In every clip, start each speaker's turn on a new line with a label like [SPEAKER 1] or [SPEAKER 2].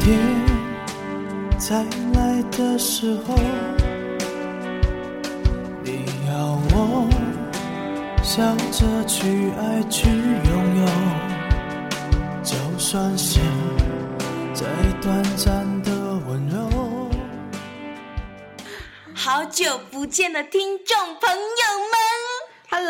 [SPEAKER 1] 天再来的时候，你要我笑着去爱去拥有，就算是再短暂的温柔。
[SPEAKER 2] 好久不见的听众朋友们，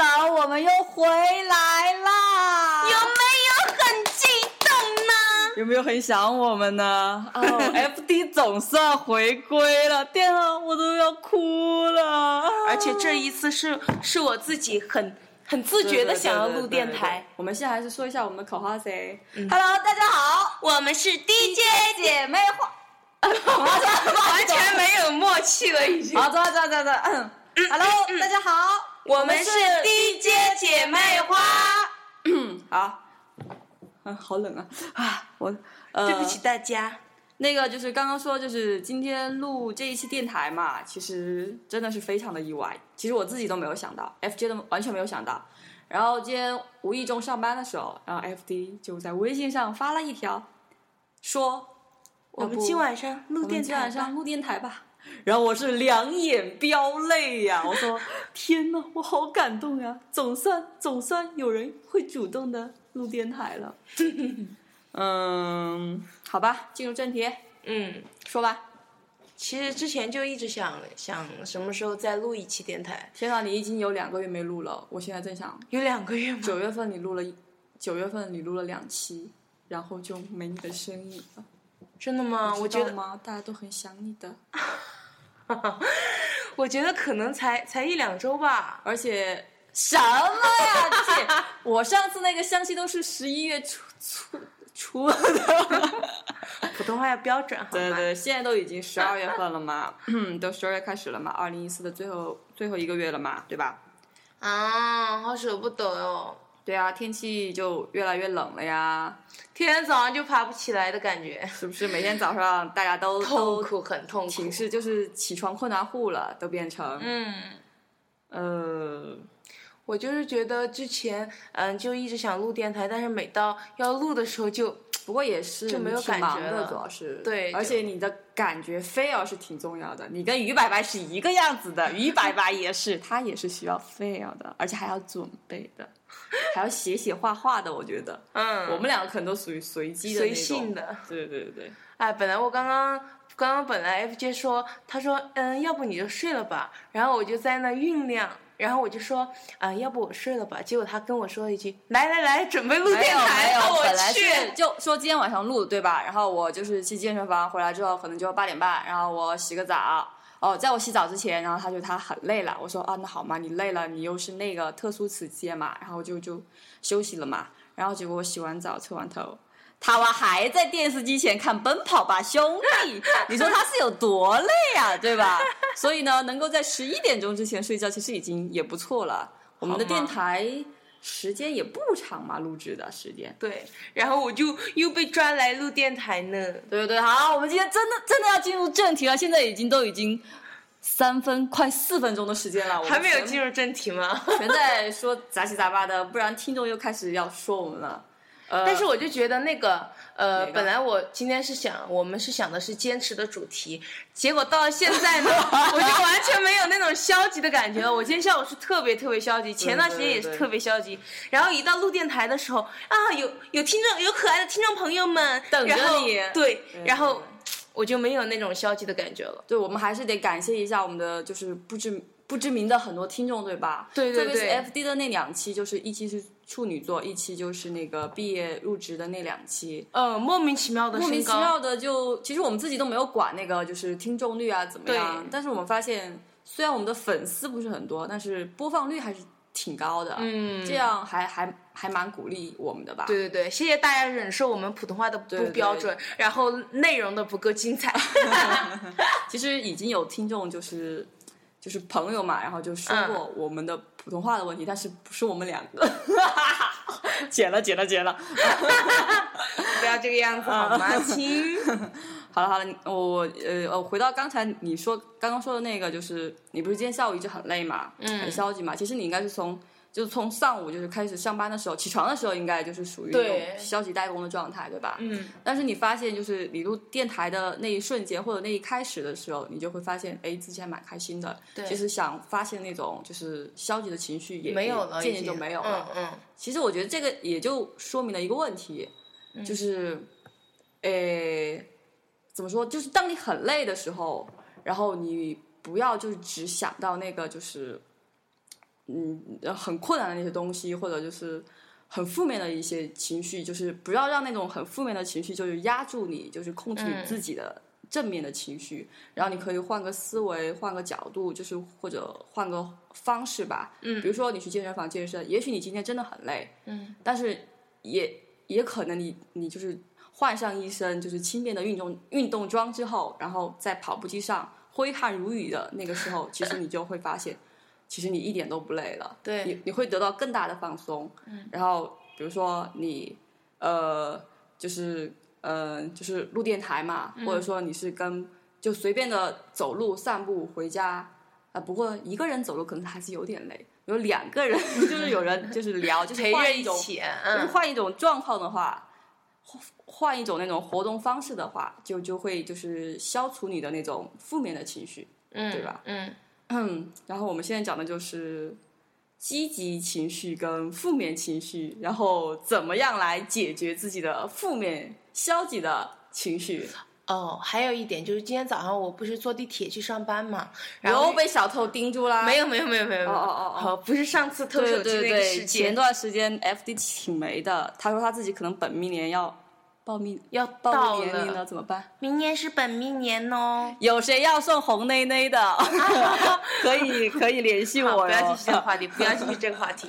[SPEAKER 3] Hello，我们又回来啦！
[SPEAKER 2] 有没有很激动呢？
[SPEAKER 3] 有没有很想我们呢？哦、f d 总算回归了，天啊，我都要哭了！
[SPEAKER 2] 而且这一次是是我自己很很自觉的想要录电
[SPEAKER 3] 对。对对对
[SPEAKER 2] 台嗯
[SPEAKER 3] 对。我们现在还是说一下我们的口号噻。Hello，大家好，
[SPEAKER 2] 我们是 DJ
[SPEAKER 3] 姐妹花。
[SPEAKER 2] 完全没有默契了，已经。
[SPEAKER 3] 好，走走走走。嗯 Hello，大家好，
[SPEAKER 2] 我们是 DJ 姐妹花。
[SPEAKER 3] 好，嗯，好冷啊啊！我呃，
[SPEAKER 2] 对不起大家，
[SPEAKER 3] 那个就是刚刚说，就是今天录这一期电台嘛，其实真的是非常的意外，其实我自己都没有想到，FJ 都完全没有想到。然后今天无意中上班的时候，然后 FD 就在微信上发了一条，说啊
[SPEAKER 2] 我们
[SPEAKER 3] 要不
[SPEAKER 2] 今晚上录
[SPEAKER 3] 我们
[SPEAKER 2] 电
[SPEAKER 3] 今
[SPEAKER 2] 台
[SPEAKER 3] 晚
[SPEAKER 2] 吧
[SPEAKER 3] 上。录电台吧。然后我是两眼飙泪呀、我说天呐，我好感动呀、总算总算有人会主动的录电台了。 嗯，好吧，进入正题，
[SPEAKER 2] 嗯，
[SPEAKER 3] 说吧。
[SPEAKER 2] 其实之前就一直想想什么时候再录一期电台，
[SPEAKER 3] 天呐，你已经有两个月没录了，我现在正想，
[SPEAKER 2] 有两个月吗？
[SPEAKER 3] 九月份你录了一，九月份你录了两期，然后就没你的声音了。
[SPEAKER 2] 真的吗？我
[SPEAKER 3] 知道
[SPEAKER 2] 觉得
[SPEAKER 3] 吗？大家都很想你的，
[SPEAKER 2] 我觉得可能才才一两周吧。
[SPEAKER 3] 而且什么呀？ 姐，我上次那个相亲都是十一月初初初的，
[SPEAKER 2] 普通话要标准好吗？
[SPEAKER 3] 对对，现在都已经十二月份了 嘛，都十二月开始了嘛，二零一四的最后最后一个月了嘛，对吧？
[SPEAKER 2] 啊，好舍不得哦，
[SPEAKER 3] 对啊，天气就越来越冷了呀，
[SPEAKER 2] 天天早上就爬不起来的感觉，
[SPEAKER 3] 是不是？每天早上大家 都
[SPEAKER 2] 痛
[SPEAKER 3] 都
[SPEAKER 2] 苦很痛苦
[SPEAKER 3] 寝。室就是起床困难户了，都变成、
[SPEAKER 2] 嗯，
[SPEAKER 3] 呃，
[SPEAKER 2] 我就是觉得之前嗯就一直想录电台，但是每到要录的时候就
[SPEAKER 3] 不过也是
[SPEAKER 2] 就没有
[SPEAKER 3] 挺忙
[SPEAKER 2] 感觉
[SPEAKER 3] 的，
[SPEAKER 2] 了
[SPEAKER 3] 主要是
[SPEAKER 2] 对
[SPEAKER 3] 而
[SPEAKER 2] 就
[SPEAKER 3] 且你的感觉非要是挺重要的，你跟于白白是一个样子的，于白白也是，他也是需要 fail 的，而且还要准备的，还要写写画画的，我觉得。
[SPEAKER 2] 嗯
[SPEAKER 3] 我们两个可能都属于随机的
[SPEAKER 2] 随
[SPEAKER 3] 那种
[SPEAKER 2] 性的。
[SPEAKER 3] 对对对对，
[SPEAKER 2] 哎，本来我刚刚刚刚本来 FJ 说，他说嗯，要不你就睡了吧，然后我就在那酝酿。然后我就说，啊、要不我睡了吧？结果他跟我说了一句：“来来来，准备录
[SPEAKER 3] 没
[SPEAKER 2] 电
[SPEAKER 3] 有没
[SPEAKER 2] 台了。”
[SPEAKER 3] 有，
[SPEAKER 2] 我
[SPEAKER 3] 本来
[SPEAKER 2] 去，
[SPEAKER 3] 是就说今天晚上录对吧？然后我就是去健身房回来之后，可能就八点半，然后我洗个澡。哦，在我洗澡之前，然后他就他很累了，我说啊，那好嘛，你累了，你又是那个特殊时间嘛，然后就就休息了嘛。然后结果我洗完澡、吹完头，他娃还在电视机前看《奔跑吧兄弟》， 你说他是有多累啊，对吧？所以呢，能够在十一点钟之前睡觉，其实已经也不错了。我们的
[SPEAKER 2] 好嘛
[SPEAKER 3] 电台时间也不长嘛，录制的时间。
[SPEAKER 2] 对，然后我就又被抓来录电台呢。
[SPEAKER 3] 对对对，好，我们今天真的真的要进入正题了，现在已经都已经三分快四分钟的时间了，我们
[SPEAKER 2] 还没有
[SPEAKER 3] 全
[SPEAKER 2] 进入正题吗？
[SPEAKER 3] 全在说杂七杂八的，不然听众又开始要说我们了。呃，
[SPEAKER 2] 但是我就觉得那个，呃
[SPEAKER 3] 哪，个
[SPEAKER 2] 本来我今天是想，我们是想的是坚持的主题，结果到了现在呢，我就完全没有那种消极的感觉了。我今天下午是特别特别消极，前段时间也
[SPEAKER 3] 对
[SPEAKER 2] 是
[SPEAKER 3] 对
[SPEAKER 2] 特别消极，然后一到录电台的时候啊，有有听众，有可爱的听众朋友们
[SPEAKER 3] 等着
[SPEAKER 2] 然后
[SPEAKER 3] 你
[SPEAKER 2] 对
[SPEAKER 3] 对，
[SPEAKER 2] 然后
[SPEAKER 3] 对
[SPEAKER 2] 我就没有那种消极的感觉了。
[SPEAKER 3] 对，我们还是得感谢一下我们的就是不知不知名的很多听众，对吧？
[SPEAKER 2] 对对
[SPEAKER 3] 特别
[SPEAKER 2] 对
[SPEAKER 3] 是 FD 的那两期，就是一期是处女座，一期就是那个毕业入职的那两期。
[SPEAKER 2] 呃，莫名其妙的
[SPEAKER 3] 莫名
[SPEAKER 2] 升
[SPEAKER 3] 其
[SPEAKER 2] 高，
[SPEAKER 3] 妙的就，其实我们自己都没有管那个就是听众率啊怎么样
[SPEAKER 2] 对，
[SPEAKER 3] 但是我们发现，虽然我们的粉丝不是很多，但是播放率还是挺高的，
[SPEAKER 2] 嗯
[SPEAKER 3] 这样还还还蛮鼓励我们的吧？
[SPEAKER 2] 对对对，谢谢大家忍受我们普通话的不
[SPEAKER 3] 对
[SPEAKER 2] 标准，然后内容的不够精彩。
[SPEAKER 3] 其实已经有听众就是就是朋友嘛，然后就说过我们的普通话的问题，但是不是我们两个， 剪了剪了剪了。
[SPEAKER 2] 不要这个样子好 吗，亲？
[SPEAKER 3] 好了好了，我我呃我回到刚才你说刚刚说的那个，就是你不是今天下午一直很累嘛，嗯很消极嘛，其实你应该是从就从上午就是开始上班的时候，起床的时候应该就是属于一种
[SPEAKER 2] 对
[SPEAKER 3] 消极怠工的状态，对吧？
[SPEAKER 2] 嗯，
[SPEAKER 3] 但是你发现，就是你录电台的那一瞬间或者那一开始的时候，你就会发现，哎，自己还蛮开心的。
[SPEAKER 2] 对
[SPEAKER 3] 其实想发泄那种就是消极的情绪也
[SPEAKER 2] 没有了已
[SPEAKER 3] 渐
[SPEAKER 2] 经，
[SPEAKER 3] 渐就没有了。
[SPEAKER 2] 嗯嗯，
[SPEAKER 3] 其实我觉得这个也就说明了一个问题，
[SPEAKER 2] 嗯
[SPEAKER 3] 就是，诶、怎么说？就是当你很累的时候，然后你不要就是只想到那个就是，嗯，很困难的那些东西，或者就是很负面的一些情绪，就是不要让那种很负面的情绪就是压住你，就是控制你
[SPEAKER 2] 嗯
[SPEAKER 3] 自己的正面的情绪，然后你可以换个思维，换个角度，就是或者换个方式吧。
[SPEAKER 2] 嗯
[SPEAKER 3] 比如说你去健身房健身，也许你今天真的很累，
[SPEAKER 2] 嗯，
[SPEAKER 3] 但是也也可能你你就是换上一身就是轻便的运动运动装之后，然后在跑步机上挥汗如雨的那个时候，其实你就会发现，其实你一点都不累了。
[SPEAKER 2] 对
[SPEAKER 3] 你你会得到更大的放松。嗯，然后比如说你呃，就是呃，就是录电台嘛，
[SPEAKER 2] 嗯
[SPEAKER 3] 或者说你是跟就随便的走路散步回家啊、不过一个人走路可能还是有点累。有两个人， 就是有人就是聊，就是
[SPEAKER 2] 陪
[SPEAKER 3] 换
[SPEAKER 2] 着
[SPEAKER 3] 一
[SPEAKER 2] 一
[SPEAKER 3] 种
[SPEAKER 2] 起，
[SPEAKER 3] 就是
[SPEAKER 2] 嗯，
[SPEAKER 3] 换一种状况的话，换换一种那种活动方式的话，就就会就是消除你的那种负面的情绪。
[SPEAKER 2] 嗯
[SPEAKER 3] 对吧？
[SPEAKER 2] 嗯，
[SPEAKER 3] 嗯，然后我们现在讲的就是积极情绪跟负面情绪，然后怎么样来解决自己的负面、消极的情绪。
[SPEAKER 2] 哦，还有一点就是今天早上我不是坐地铁去上班嘛，然
[SPEAKER 3] 然
[SPEAKER 2] 后
[SPEAKER 3] 后被小偷盯住啦。
[SPEAKER 2] 没有没有没有没有没有，
[SPEAKER 3] 哦哦哦哦
[SPEAKER 2] 不是上次偷
[SPEAKER 3] 对
[SPEAKER 2] 手机那
[SPEAKER 3] 对
[SPEAKER 2] 个
[SPEAKER 3] 对，
[SPEAKER 2] 事
[SPEAKER 3] 前
[SPEAKER 2] 件，
[SPEAKER 3] 段时间 FD 挺没的，他说他自己可能本命年要报命
[SPEAKER 2] 要
[SPEAKER 3] 报
[SPEAKER 2] 到
[SPEAKER 3] 命年龄
[SPEAKER 2] 了
[SPEAKER 3] 了，，怎么办？
[SPEAKER 2] 明年是本命年哦。
[SPEAKER 3] 有谁要送红内 内的，可以可以联系
[SPEAKER 2] 好
[SPEAKER 3] 我哟。哦
[SPEAKER 2] 不要继续这个话题，不要继续这个话 题。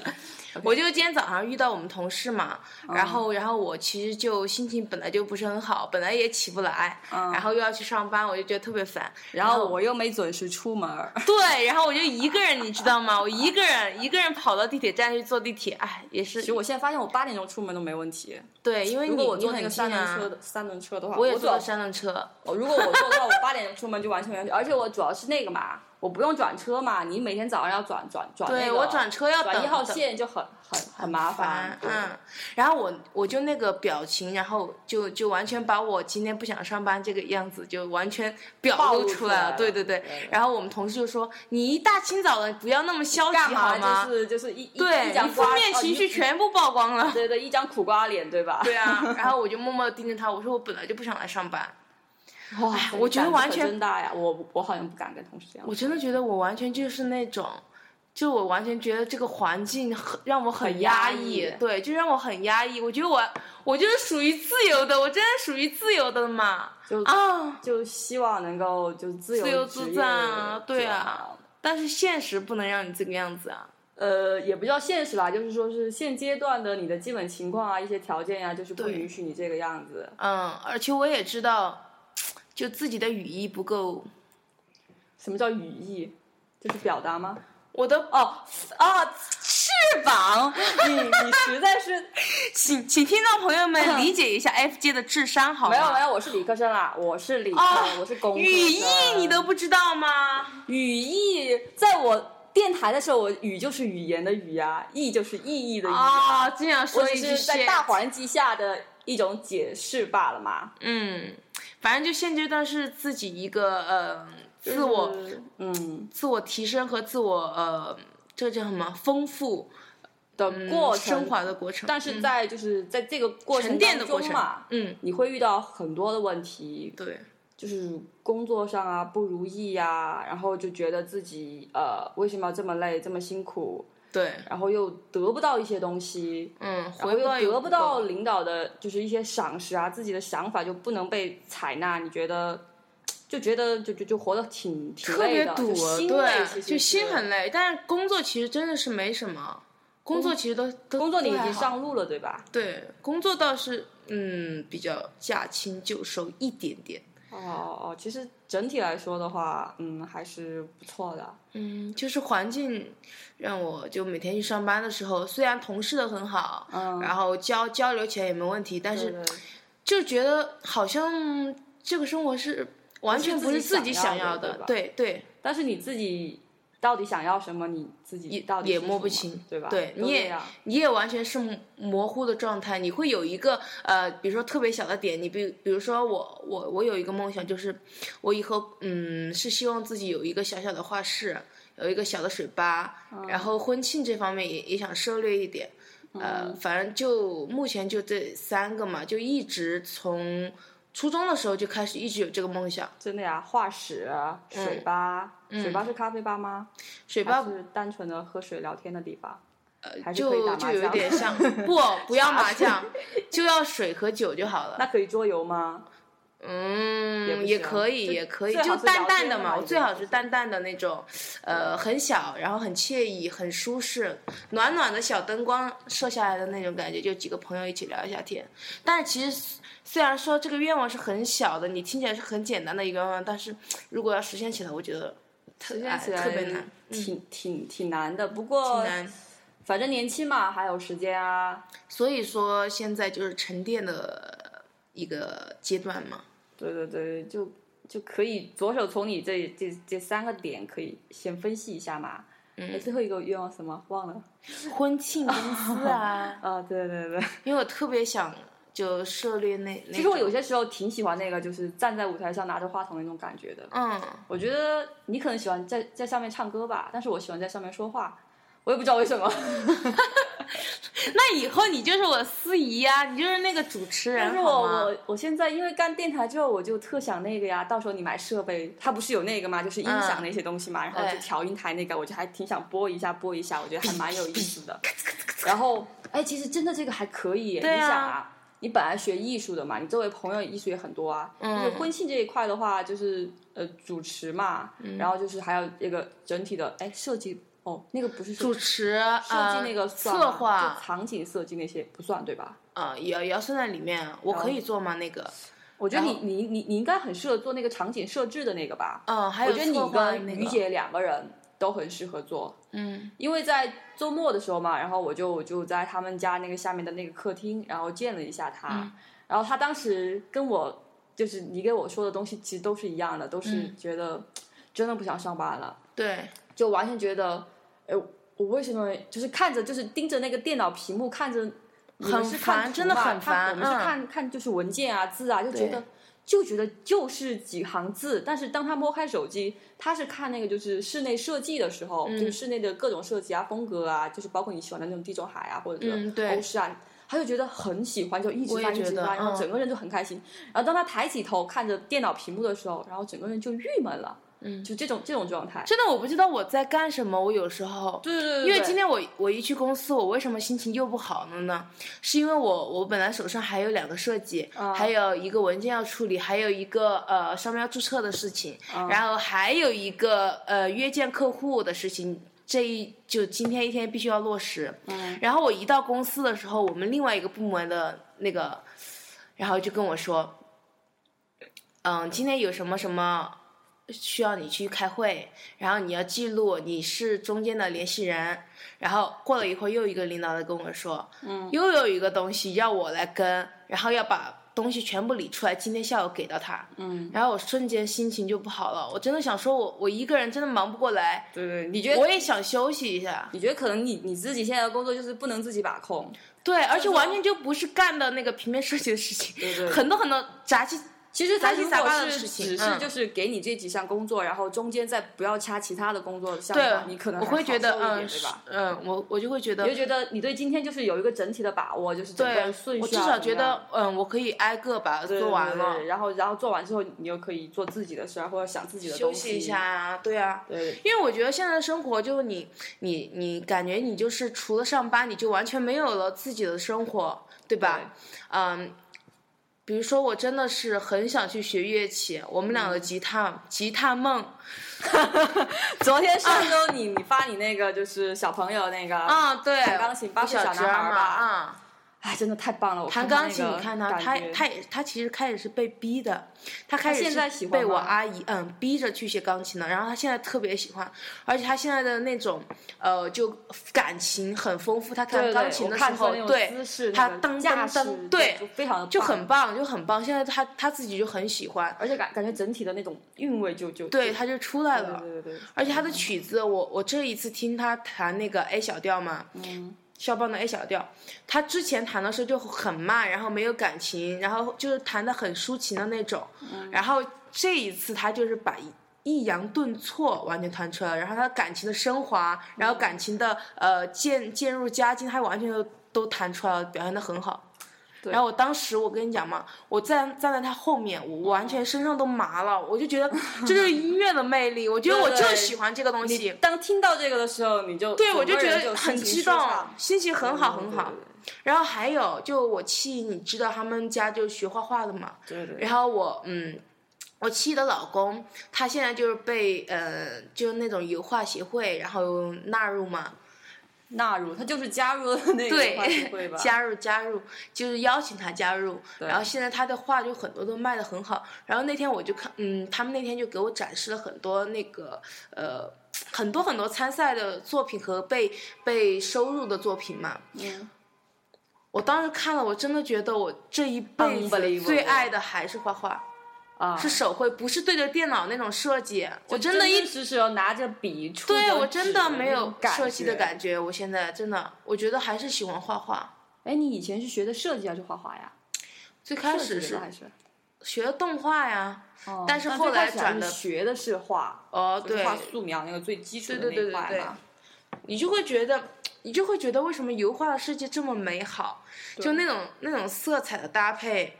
[SPEAKER 2] 我就今天早上遇到我们同事嘛，
[SPEAKER 3] 嗯
[SPEAKER 2] 然后然后我其实就心情本来就不是很好，本来也起不来，
[SPEAKER 3] 嗯
[SPEAKER 2] 然后又要去上班，我就觉得特别烦。
[SPEAKER 3] 然后我又没准时出门儿，
[SPEAKER 2] 对，然后我就一个人，你知道吗？我一个人一个人跑到地铁站去坐地铁，哎，也是
[SPEAKER 3] 其实我现在发现我八点钟出门都没问题。
[SPEAKER 2] 对，因为
[SPEAKER 3] 如
[SPEAKER 2] 你
[SPEAKER 3] 果我坐那
[SPEAKER 2] 你
[SPEAKER 3] 个
[SPEAKER 2] 很
[SPEAKER 3] 三
[SPEAKER 2] 近
[SPEAKER 3] 轮
[SPEAKER 2] 啊
[SPEAKER 3] 车的、三轮车的话，
[SPEAKER 2] 我
[SPEAKER 3] 我
[SPEAKER 2] 也
[SPEAKER 3] 主
[SPEAKER 2] 坐
[SPEAKER 3] 要
[SPEAKER 2] 了三轮车，
[SPEAKER 3] 我如果我坐的话，我八点钟出门就完全没问题。而且我主要是那个嘛，我不用转车嘛，你每天早上要转转转那
[SPEAKER 2] 对
[SPEAKER 3] 个
[SPEAKER 2] 我转车要等
[SPEAKER 3] 转一号
[SPEAKER 2] 等
[SPEAKER 3] 线就很很很麻
[SPEAKER 2] 烦
[SPEAKER 3] 烦。，
[SPEAKER 2] 嗯，然后我我就那个表情，然后就就完全把我今天不想上班这个样子就完全表
[SPEAKER 3] 暴
[SPEAKER 2] 露
[SPEAKER 3] 露
[SPEAKER 2] 出
[SPEAKER 3] 出来
[SPEAKER 2] 了，
[SPEAKER 3] 了
[SPEAKER 2] 对对对。
[SPEAKER 3] 对
[SPEAKER 2] 然后我们同事就说：“你一大清早的不要那么消极
[SPEAKER 3] 干
[SPEAKER 2] 好吗？”
[SPEAKER 3] 嘛就是就是一一
[SPEAKER 2] 对，
[SPEAKER 3] 一张
[SPEAKER 2] 你负
[SPEAKER 3] 瓜
[SPEAKER 2] 面
[SPEAKER 3] 哦
[SPEAKER 2] 情
[SPEAKER 3] 一
[SPEAKER 2] 绪全部曝光了。
[SPEAKER 3] 对对一张苦瓜脸对吧？
[SPEAKER 2] 对啊， 然后我就默默的盯着他，我说我本来就不想来上班，
[SPEAKER 3] 哇，
[SPEAKER 2] 哎我觉得
[SPEAKER 3] 胆子
[SPEAKER 2] 完
[SPEAKER 3] 可
[SPEAKER 2] 全
[SPEAKER 3] 真大呀！我我好像不敢跟同事这样。
[SPEAKER 2] 我真的觉得我完全就是那种，就我完全觉得这个环境很让我很
[SPEAKER 3] 很
[SPEAKER 2] 压
[SPEAKER 3] 压
[SPEAKER 2] 抑，
[SPEAKER 3] 抑
[SPEAKER 2] 对，就让我很压抑。我觉得我我就是属于自由的，我真的属于自由的嘛，
[SPEAKER 3] 就
[SPEAKER 2] 啊，
[SPEAKER 3] 就希望能够就是自由
[SPEAKER 2] 自
[SPEAKER 3] 自
[SPEAKER 2] 由自在啊对啊。但是现实不能让你这个样子啊，
[SPEAKER 3] 呃，也不叫现实吧，就是说是现阶段的你的基本情况啊，一些条件呀、就是不
[SPEAKER 2] 对
[SPEAKER 3] 允许你这个样子。
[SPEAKER 2] 嗯，而且我也知道，就自己的语义不够，
[SPEAKER 3] 什么叫语义？就是表达吗？
[SPEAKER 2] 我的
[SPEAKER 3] 哦啊，翅膀！你你实在是
[SPEAKER 2] 请请听众朋友 们理解一下 FJ 的智商 好吗？
[SPEAKER 3] 没有没有，我是理科生啦，我是理科，
[SPEAKER 2] 啊
[SPEAKER 3] 我是工科
[SPEAKER 2] 语义
[SPEAKER 3] 生
[SPEAKER 2] 你都不知道吗？
[SPEAKER 3] 语义，在我电台的时候，我语就是语言的语呀、意就是意义的意、
[SPEAKER 2] 啊，经常说
[SPEAKER 3] 我
[SPEAKER 2] 一
[SPEAKER 3] 只
[SPEAKER 2] 句
[SPEAKER 3] 是在
[SPEAKER 2] shit
[SPEAKER 3] 大环境下的一种解释罢了嘛。
[SPEAKER 2] 嗯，反正就现阶段是自己一个呃自我、
[SPEAKER 3] 就是，嗯，
[SPEAKER 2] 自我提升和自我呃这叫什么丰富
[SPEAKER 3] 的
[SPEAKER 2] 嗯
[SPEAKER 3] 过程，
[SPEAKER 2] 升华的过程，嗯
[SPEAKER 3] 但是在就是在这个过程
[SPEAKER 2] 沉淀的过
[SPEAKER 3] 当
[SPEAKER 2] 程
[SPEAKER 3] 中嘛，，
[SPEAKER 2] 嗯，
[SPEAKER 3] 你会遇到很多的问题，
[SPEAKER 2] 对，
[SPEAKER 3] 就是工作上啊不如意呀、然后就觉得自己呃为什么要这么累这么辛苦，
[SPEAKER 2] 对，
[SPEAKER 3] 然后又得不到一些东西，
[SPEAKER 2] 嗯，
[SPEAKER 3] 然
[SPEAKER 2] 回
[SPEAKER 3] 后又
[SPEAKER 2] 报也
[SPEAKER 3] 得不到
[SPEAKER 2] 够，
[SPEAKER 3] 领导的就是一些赏识啊，自己的想法就不能被采纳，你觉得？就觉得就就就活得挺挺
[SPEAKER 2] 特
[SPEAKER 3] 累
[SPEAKER 2] 别
[SPEAKER 3] 的，
[SPEAKER 2] 堵
[SPEAKER 3] 就，心累，其
[SPEAKER 2] 对，
[SPEAKER 3] 实
[SPEAKER 2] 就是心很累，但是工作其实真的是没什么，工作其实都都
[SPEAKER 3] 工作你
[SPEAKER 2] 都
[SPEAKER 3] 已
[SPEAKER 2] 还
[SPEAKER 3] 经
[SPEAKER 2] 好
[SPEAKER 3] 上路了，对吧？
[SPEAKER 2] 对工作倒是嗯比较驾轻就熟一点点，
[SPEAKER 3] 哦哦，其实整体来说的话，嗯，还是不错的。
[SPEAKER 2] 嗯，就是环境让我就每天去上班的时候，虽然同事的很好，
[SPEAKER 3] 嗯
[SPEAKER 2] 然后交交流起来也没问题，但
[SPEAKER 3] 对
[SPEAKER 2] 是
[SPEAKER 3] 对
[SPEAKER 2] 就觉得好像这个生活是完全不是自己想要
[SPEAKER 3] 不是自己想要的
[SPEAKER 2] 对对
[SPEAKER 3] 但是你自己到底想要什么，你自己
[SPEAKER 2] 也
[SPEAKER 3] 到底
[SPEAKER 2] 也
[SPEAKER 3] 是什
[SPEAKER 2] 摸不
[SPEAKER 3] 么
[SPEAKER 2] 清
[SPEAKER 3] 对吧？
[SPEAKER 2] 对，
[SPEAKER 3] 都
[SPEAKER 2] 你
[SPEAKER 3] 这
[SPEAKER 2] 也
[SPEAKER 3] 样
[SPEAKER 2] 你也完全是模模糊的状态，你会有一个呃，比如说特别小的点，你比比如说我我我有一个梦想，就是我以后嗯是希望自己有一个小小的画室，有一个小的水吧，
[SPEAKER 3] 嗯
[SPEAKER 2] 然后婚庆这方面也也想涉猎一点。呃，反正就目前就这三个嘛，就一直从初中的时候就开始一直有这个梦想。
[SPEAKER 3] 真的呀，化石、水吧，水吧是咖啡吧吗？
[SPEAKER 2] 嗯水吧呃
[SPEAKER 3] 还是单纯的喝水聊天的地方？还是可以
[SPEAKER 2] 就
[SPEAKER 3] 打
[SPEAKER 2] 就
[SPEAKER 3] 麻
[SPEAKER 2] 有
[SPEAKER 3] 将
[SPEAKER 2] 点像，不不要麻将，就要水和酒就好了。
[SPEAKER 3] 那可以桌游吗？也不
[SPEAKER 2] 嗯，
[SPEAKER 3] 行
[SPEAKER 2] 也可以，
[SPEAKER 3] 就
[SPEAKER 2] 也可以，
[SPEAKER 3] 最好
[SPEAKER 2] 就是淡
[SPEAKER 3] 聊
[SPEAKER 2] 淡
[SPEAKER 3] 天
[SPEAKER 2] 的
[SPEAKER 3] 的
[SPEAKER 2] 嘛。
[SPEAKER 3] 嘛
[SPEAKER 2] 我
[SPEAKER 3] 一
[SPEAKER 2] 最
[SPEAKER 3] 定
[SPEAKER 2] 好
[SPEAKER 3] 就是
[SPEAKER 2] 淡淡的那种，呃，很小，然后很惬意，很舒适，暖暖的小灯光射下来的那种感觉，就几个朋友一起聊一下天。但是其实虽然说这个愿望是很小的，你听起来是很简单的一个愿望，但是如果要实现起来，我觉得特
[SPEAKER 3] 实
[SPEAKER 2] 哎
[SPEAKER 3] 现起来
[SPEAKER 2] 特别难，
[SPEAKER 3] 挺挺挺难的。不过
[SPEAKER 2] 难。
[SPEAKER 3] 反正年轻嘛，还有时间啊。
[SPEAKER 2] 所以说现在就是沉淀的一个阶段嘛。
[SPEAKER 3] 对对对，就就可以着手从你这这这三个点可以先分析一下嘛。嗯，最后一个愿望什么忘了？，
[SPEAKER 2] 婚庆公司啊
[SPEAKER 3] 啊，对对对。
[SPEAKER 2] 因为我特别想就涉猎那，
[SPEAKER 3] 其
[SPEAKER 2] 其
[SPEAKER 3] 实我有些时候挺喜欢那个，就是站在舞台上拿着话筒那种感觉的。
[SPEAKER 2] 嗯，
[SPEAKER 3] 我觉得你可能喜欢在在上面唱歌吧，但是我喜欢在上面说话，我也不知道为什么。
[SPEAKER 2] 那以后你就是我司仪呀、你就是那个主持人，
[SPEAKER 3] 但是我
[SPEAKER 2] 好吗
[SPEAKER 3] 我我现在因为干电台之后，我就特想那个呀，到时候你买设备，它不是有那个嘛，就是音响那些东西嘛，然后
[SPEAKER 2] 嗯对
[SPEAKER 3] 就调音台那个，我就还挺想播一下播一下，我觉得还蛮有意思的。 然后哎，其实真的这个还可以耶，
[SPEAKER 2] 对啊
[SPEAKER 3] 你想啊。你本来学艺术的嘛，你周围朋友艺术也很多啊。
[SPEAKER 2] 嗯
[SPEAKER 3] 就是婚庆这一块的话，就是呃主持嘛，
[SPEAKER 2] 嗯
[SPEAKER 3] 然后就是还有这个整体的哎设计哦，那个不是设计
[SPEAKER 2] 主持设
[SPEAKER 3] 设计那个算吗
[SPEAKER 2] 呃策划
[SPEAKER 3] 就场景设计那些不算对吧？
[SPEAKER 2] 啊，也要也要算在里面啊，我可以做吗？那个，
[SPEAKER 3] 我觉得你
[SPEAKER 2] 然后
[SPEAKER 3] 你你你应该很适合做那个场景设置的那个吧？
[SPEAKER 2] 嗯，还
[SPEAKER 3] 我
[SPEAKER 2] 有
[SPEAKER 3] 觉得你
[SPEAKER 2] 策划
[SPEAKER 3] 跟
[SPEAKER 2] 那
[SPEAKER 3] 于
[SPEAKER 2] 个，
[SPEAKER 3] 姐两个人都很适合做，
[SPEAKER 2] 嗯
[SPEAKER 3] 因为在周末的时候嘛，然后我就我就在他们家那个下面的那个客厅，然后见了一下他，
[SPEAKER 2] 嗯
[SPEAKER 3] 然后他当时跟我就是你给我说的东西其实都是一样的，都
[SPEAKER 2] 嗯
[SPEAKER 3] 是觉得嘖真的不想上班了，
[SPEAKER 2] 对，
[SPEAKER 3] 就完全觉得，哎，我为什么就是看着就是盯着那个电脑屏幕看着。你们
[SPEAKER 2] 很
[SPEAKER 3] 是看
[SPEAKER 2] 烦
[SPEAKER 3] 图
[SPEAKER 2] 真的
[SPEAKER 3] 嘛
[SPEAKER 2] 很
[SPEAKER 3] 看
[SPEAKER 2] 烦
[SPEAKER 3] 我们是
[SPEAKER 2] 嗯
[SPEAKER 3] 看看就是文件啊、字啊，就觉
[SPEAKER 2] 对
[SPEAKER 3] 得就觉得就是几行字，但是当他摸开手机，他是看那个就是室内设计的时候，
[SPEAKER 2] 嗯
[SPEAKER 3] 就是室内的各种设计啊、风格啊，就是包括你喜欢的那种地中海啊，或者
[SPEAKER 2] 嗯
[SPEAKER 3] 是
[SPEAKER 2] 对
[SPEAKER 3] 欧式啊，他就觉得很喜欢，就一直
[SPEAKER 2] 我也
[SPEAKER 3] 翻一
[SPEAKER 2] 觉
[SPEAKER 3] 直
[SPEAKER 2] 得
[SPEAKER 3] 翻，然后
[SPEAKER 2] 嗯
[SPEAKER 3] 整个人就很开心。然后当他抬起头看着电脑屏幕的时候，然后整个人就郁闷了，嗯，就这种这种状态。
[SPEAKER 2] 真的我不知道我在干什么，我有时候，
[SPEAKER 3] 对对对，
[SPEAKER 2] 因为今
[SPEAKER 3] 天
[SPEAKER 2] 天我我一去公司，我为什么心情又不好了呢？是因为我我本来手上还有两个设计，还有一个文件要处理，还有一个呃商标注册的事情，然后还有一个呃约见客户的事情。这一就今天一天必须要落实，嗯，然后我一到公司的时候，我们另外一个部门的那个，然后就跟我说，嗯，今天有什么什么需要你去开会，然后你要记录你是中间的联系人。然后过了一会儿，又一个领导在跟我说，嗯，又有一个东西要我来跟，然后要把东西全部理出来，今天下午给到他。嗯，然后我瞬间心情就不好了，我真的想说我我一个人真的忙不过来，
[SPEAKER 3] 对对，你觉得
[SPEAKER 2] 我也想休息一下。
[SPEAKER 3] 你觉得可能你你自己现在的工作就是不能自己把控，
[SPEAKER 2] 对，而且完全就不是干的那个平面设计的事 情，
[SPEAKER 3] 对对
[SPEAKER 2] 很多很多杂七。
[SPEAKER 3] 其实他
[SPEAKER 2] 杂七
[SPEAKER 3] 如
[SPEAKER 2] 杂
[SPEAKER 3] 果
[SPEAKER 2] 八的
[SPEAKER 3] 是
[SPEAKER 2] 事情
[SPEAKER 3] 只是
[SPEAKER 2] 嗯
[SPEAKER 3] 就是给你这几项工作，然后中间再不要掐其他的工作项目
[SPEAKER 2] 对
[SPEAKER 3] 的话，，你可能
[SPEAKER 2] 我
[SPEAKER 3] 还
[SPEAKER 2] 会
[SPEAKER 3] 好
[SPEAKER 2] 觉得
[SPEAKER 3] 受一点
[SPEAKER 2] 嗯
[SPEAKER 3] 对吧？
[SPEAKER 2] 嗯，我我就会觉得
[SPEAKER 3] 你就觉得你对今天就是有一个整体的把握，就是整个
[SPEAKER 2] 对
[SPEAKER 3] 人顺，序、啊、
[SPEAKER 2] 我至少
[SPEAKER 3] 怎么
[SPEAKER 2] 觉
[SPEAKER 3] 样
[SPEAKER 2] 得，嗯，我可以挨个把它
[SPEAKER 3] 对
[SPEAKER 2] 做完
[SPEAKER 3] 对对
[SPEAKER 2] 了
[SPEAKER 3] 对，然后然后做完之后，你又可以做自己的事儿，或者想自己的
[SPEAKER 2] 休
[SPEAKER 3] 东
[SPEAKER 2] 息
[SPEAKER 3] 西
[SPEAKER 2] 一下。啊，对啊。
[SPEAKER 3] 对，
[SPEAKER 2] 因为我觉得现在的生活，就你你你感觉你就是除了上班，你就完全没有了自己的生活，对吧？嗯，比如说我真的是很想去学乐器，我们俩的吉他、吉他梦
[SPEAKER 3] 昨天上周你、你发你那个就是小朋友那个，
[SPEAKER 2] 啊啊，对，
[SPEAKER 3] 弹钢琴八
[SPEAKER 2] 我
[SPEAKER 3] 岁小
[SPEAKER 2] 小侄
[SPEAKER 3] 男孩
[SPEAKER 2] 儿
[SPEAKER 3] 儿
[SPEAKER 2] 嘛
[SPEAKER 3] 吧
[SPEAKER 2] 啊，
[SPEAKER 3] 哎，真的太棒了！我
[SPEAKER 2] 弹
[SPEAKER 3] 到
[SPEAKER 2] 钢
[SPEAKER 3] 那
[SPEAKER 2] 琴，
[SPEAKER 3] 个
[SPEAKER 2] 你看他，
[SPEAKER 3] 感
[SPEAKER 2] 他
[SPEAKER 3] 觉
[SPEAKER 2] 他也他其实开始是被逼的，他开始
[SPEAKER 3] 现在
[SPEAKER 2] 是
[SPEAKER 3] 喜欢
[SPEAKER 2] 被我
[SPEAKER 3] 吗
[SPEAKER 2] 阿姨嗯逼着去学钢琴的，然后他现在特别喜欢，而且他现在的那种呃就感情很丰富，他弹
[SPEAKER 3] 对对
[SPEAKER 2] 钢
[SPEAKER 3] 对
[SPEAKER 2] 琴
[SPEAKER 3] 我
[SPEAKER 2] 的时
[SPEAKER 3] 看出
[SPEAKER 2] 候
[SPEAKER 3] 来那，种
[SPEAKER 2] 对
[SPEAKER 3] 姿势，
[SPEAKER 2] 他
[SPEAKER 3] 那个
[SPEAKER 2] 噔
[SPEAKER 3] 架
[SPEAKER 2] 噔
[SPEAKER 3] 势
[SPEAKER 2] 噔，对
[SPEAKER 3] 就，非常的
[SPEAKER 2] 就很棒，就很棒。现在他他自己就很喜欢，
[SPEAKER 3] 而且感感觉整体的那种韵味就就
[SPEAKER 2] 对，
[SPEAKER 3] 就
[SPEAKER 2] 他就出来
[SPEAKER 3] 对
[SPEAKER 2] 了。
[SPEAKER 3] 对对对，
[SPEAKER 2] 而且他的曲子，我我这一次听他弹那个 A 小调嘛，
[SPEAKER 3] 嗯，
[SPEAKER 2] 肖邦的 A 小调，他之前弹的时候就很慢，然后没有感情，然后就是弹的很抒情的那种，然后这一次他就是把抑。抑扬顿挫完全弹出来了，然后他感情的升华，然后感情的呃渐渐入佳境，他完全都都弹出来了，表现的很好。
[SPEAKER 3] 对
[SPEAKER 2] 然后我当时我跟你讲嘛，我站站在他后面，我完全身上都麻了，我就 觉得这就是音乐的魅力，我觉得我
[SPEAKER 3] 对
[SPEAKER 2] 就
[SPEAKER 3] 对
[SPEAKER 2] 喜欢这个东西。
[SPEAKER 3] 嗯当听到这个的时候，你就
[SPEAKER 2] 对，
[SPEAKER 3] 整
[SPEAKER 2] 我就
[SPEAKER 3] 个
[SPEAKER 2] 觉
[SPEAKER 3] 人
[SPEAKER 2] 得
[SPEAKER 3] 心
[SPEAKER 2] 很
[SPEAKER 3] 情
[SPEAKER 2] 激
[SPEAKER 3] 舒
[SPEAKER 2] 动
[SPEAKER 3] 畅，
[SPEAKER 2] 心情很好，很
[SPEAKER 3] 嗯对
[SPEAKER 2] 好。然后还有，就我妻，你知道他们家就学画画的嘛。
[SPEAKER 3] 对对对，
[SPEAKER 2] 然后我，嗯，我妻的老公，他现在就是被呃，就是那种油画协会，然后纳入嘛，
[SPEAKER 3] 纳入他就是加入了那个
[SPEAKER 2] 对
[SPEAKER 3] 话剧会 吧，
[SPEAKER 2] 加入加入，就是邀请他加入。
[SPEAKER 3] 对
[SPEAKER 2] 然后现在他的画就很多都卖的很好。然后那天我就看，嗯，他们那天就给我展示了很多那个呃。很多很多参赛的作品和被被收入的作品嘛，
[SPEAKER 3] 嗯，
[SPEAKER 2] 我当时看了，我真的觉得我这一辈子
[SPEAKER 3] Unbelievable
[SPEAKER 2] 最爱的还是画画，
[SPEAKER 3] 啊，
[SPEAKER 2] 是手绘，不是对着电脑那种设计。我真的
[SPEAKER 3] 的
[SPEAKER 2] 一，
[SPEAKER 3] 直是有拿着笔触着纸那
[SPEAKER 2] 对
[SPEAKER 3] 种，
[SPEAKER 2] 我真的没有
[SPEAKER 3] 感
[SPEAKER 2] 设计的
[SPEAKER 3] 觉。
[SPEAKER 2] 感觉。我现在真的，我觉得还是喜欢画画。
[SPEAKER 3] 哎，你以前是学的设计还是啊画画呀？
[SPEAKER 2] 最开
[SPEAKER 3] 设
[SPEAKER 2] 始
[SPEAKER 3] 计
[SPEAKER 2] 是
[SPEAKER 3] 的还是，
[SPEAKER 2] 学的动画呀，
[SPEAKER 3] 哦
[SPEAKER 2] 但是
[SPEAKER 3] 最
[SPEAKER 2] 后来
[SPEAKER 3] 开始还
[SPEAKER 2] 转
[SPEAKER 3] 是
[SPEAKER 2] 的
[SPEAKER 3] 学的是画，
[SPEAKER 2] 哦，
[SPEAKER 3] 就是
[SPEAKER 2] 对，
[SPEAKER 3] 画素描那个最基础的
[SPEAKER 2] 对
[SPEAKER 3] 那
[SPEAKER 2] 对
[SPEAKER 3] 一
[SPEAKER 2] 对对
[SPEAKER 3] 块
[SPEAKER 2] 对
[SPEAKER 3] 嘛。
[SPEAKER 2] 你就会觉得，你就会觉得为什么油画的世界这么美好？
[SPEAKER 3] 对
[SPEAKER 2] 就那种那种色彩的搭配，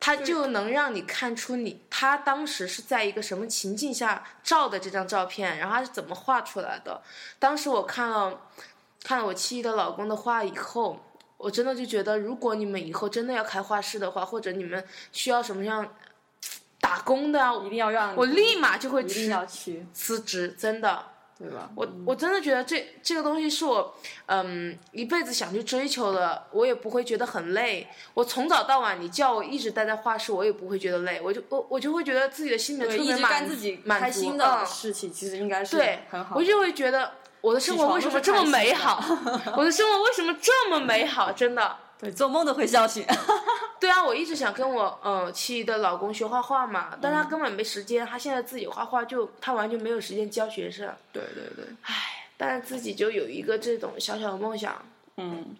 [SPEAKER 2] 它就能让你看出你他当时是在一个什么情境下照的这张照片，然后他是怎么画出来的。当时我看了看了我七一的老公的画以后。我真的就觉得，如果你们以后真的要开画室的话，或者你们需要什么样打工的啊，
[SPEAKER 3] 一定要让
[SPEAKER 2] 我立马就会
[SPEAKER 3] 一定
[SPEAKER 2] 辞
[SPEAKER 3] 要去，
[SPEAKER 2] 辞职，真的。
[SPEAKER 3] 对吧？
[SPEAKER 2] 我我真的觉得这这个东西是我，嗯，一辈子想去追求的，我也不会觉得很累。我从早到晚，你叫我一直待在画室，我也不会觉得累。我就我我就会觉得自己的心里面
[SPEAKER 3] 对，
[SPEAKER 2] 特
[SPEAKER 3] 一
[SPEAKER 2] 别
[SPEAKER 3] 直
[SPEAKER 2] 满
[SPEAKER 3] 干自己
[SPEAKER 2] 满
[SPEAKER 3] 开
[SPEAKER 2] 足
[SPEAKER 3] 心的
[SPEAKER 2] 嗯
[SPEAKER 3] 事情，其实应该是
[SPEAKER 2] 对，
[SPEAKER 3] 很好
[SPEAKER 2] 我。就会觉得我的生活为什么这么美好？ 我的生活为什么这么美好？真的。
[SPEAKER 3] 对，做梦都会笑醒。
[SPEAKER 2] 对啊，我一直想跟我呃妻的老公学画画嘛，但
[SPEAKER 3] 嗯
[SPEAKER 2] 他根本没时间，他现在自己画画就他完全没有时间教学生，
[SPEAKER 3] 对对对，
[SPEAKER 2] 但是自己就有一个这种小小的梦想，
[SPEAKER 3] 嗯，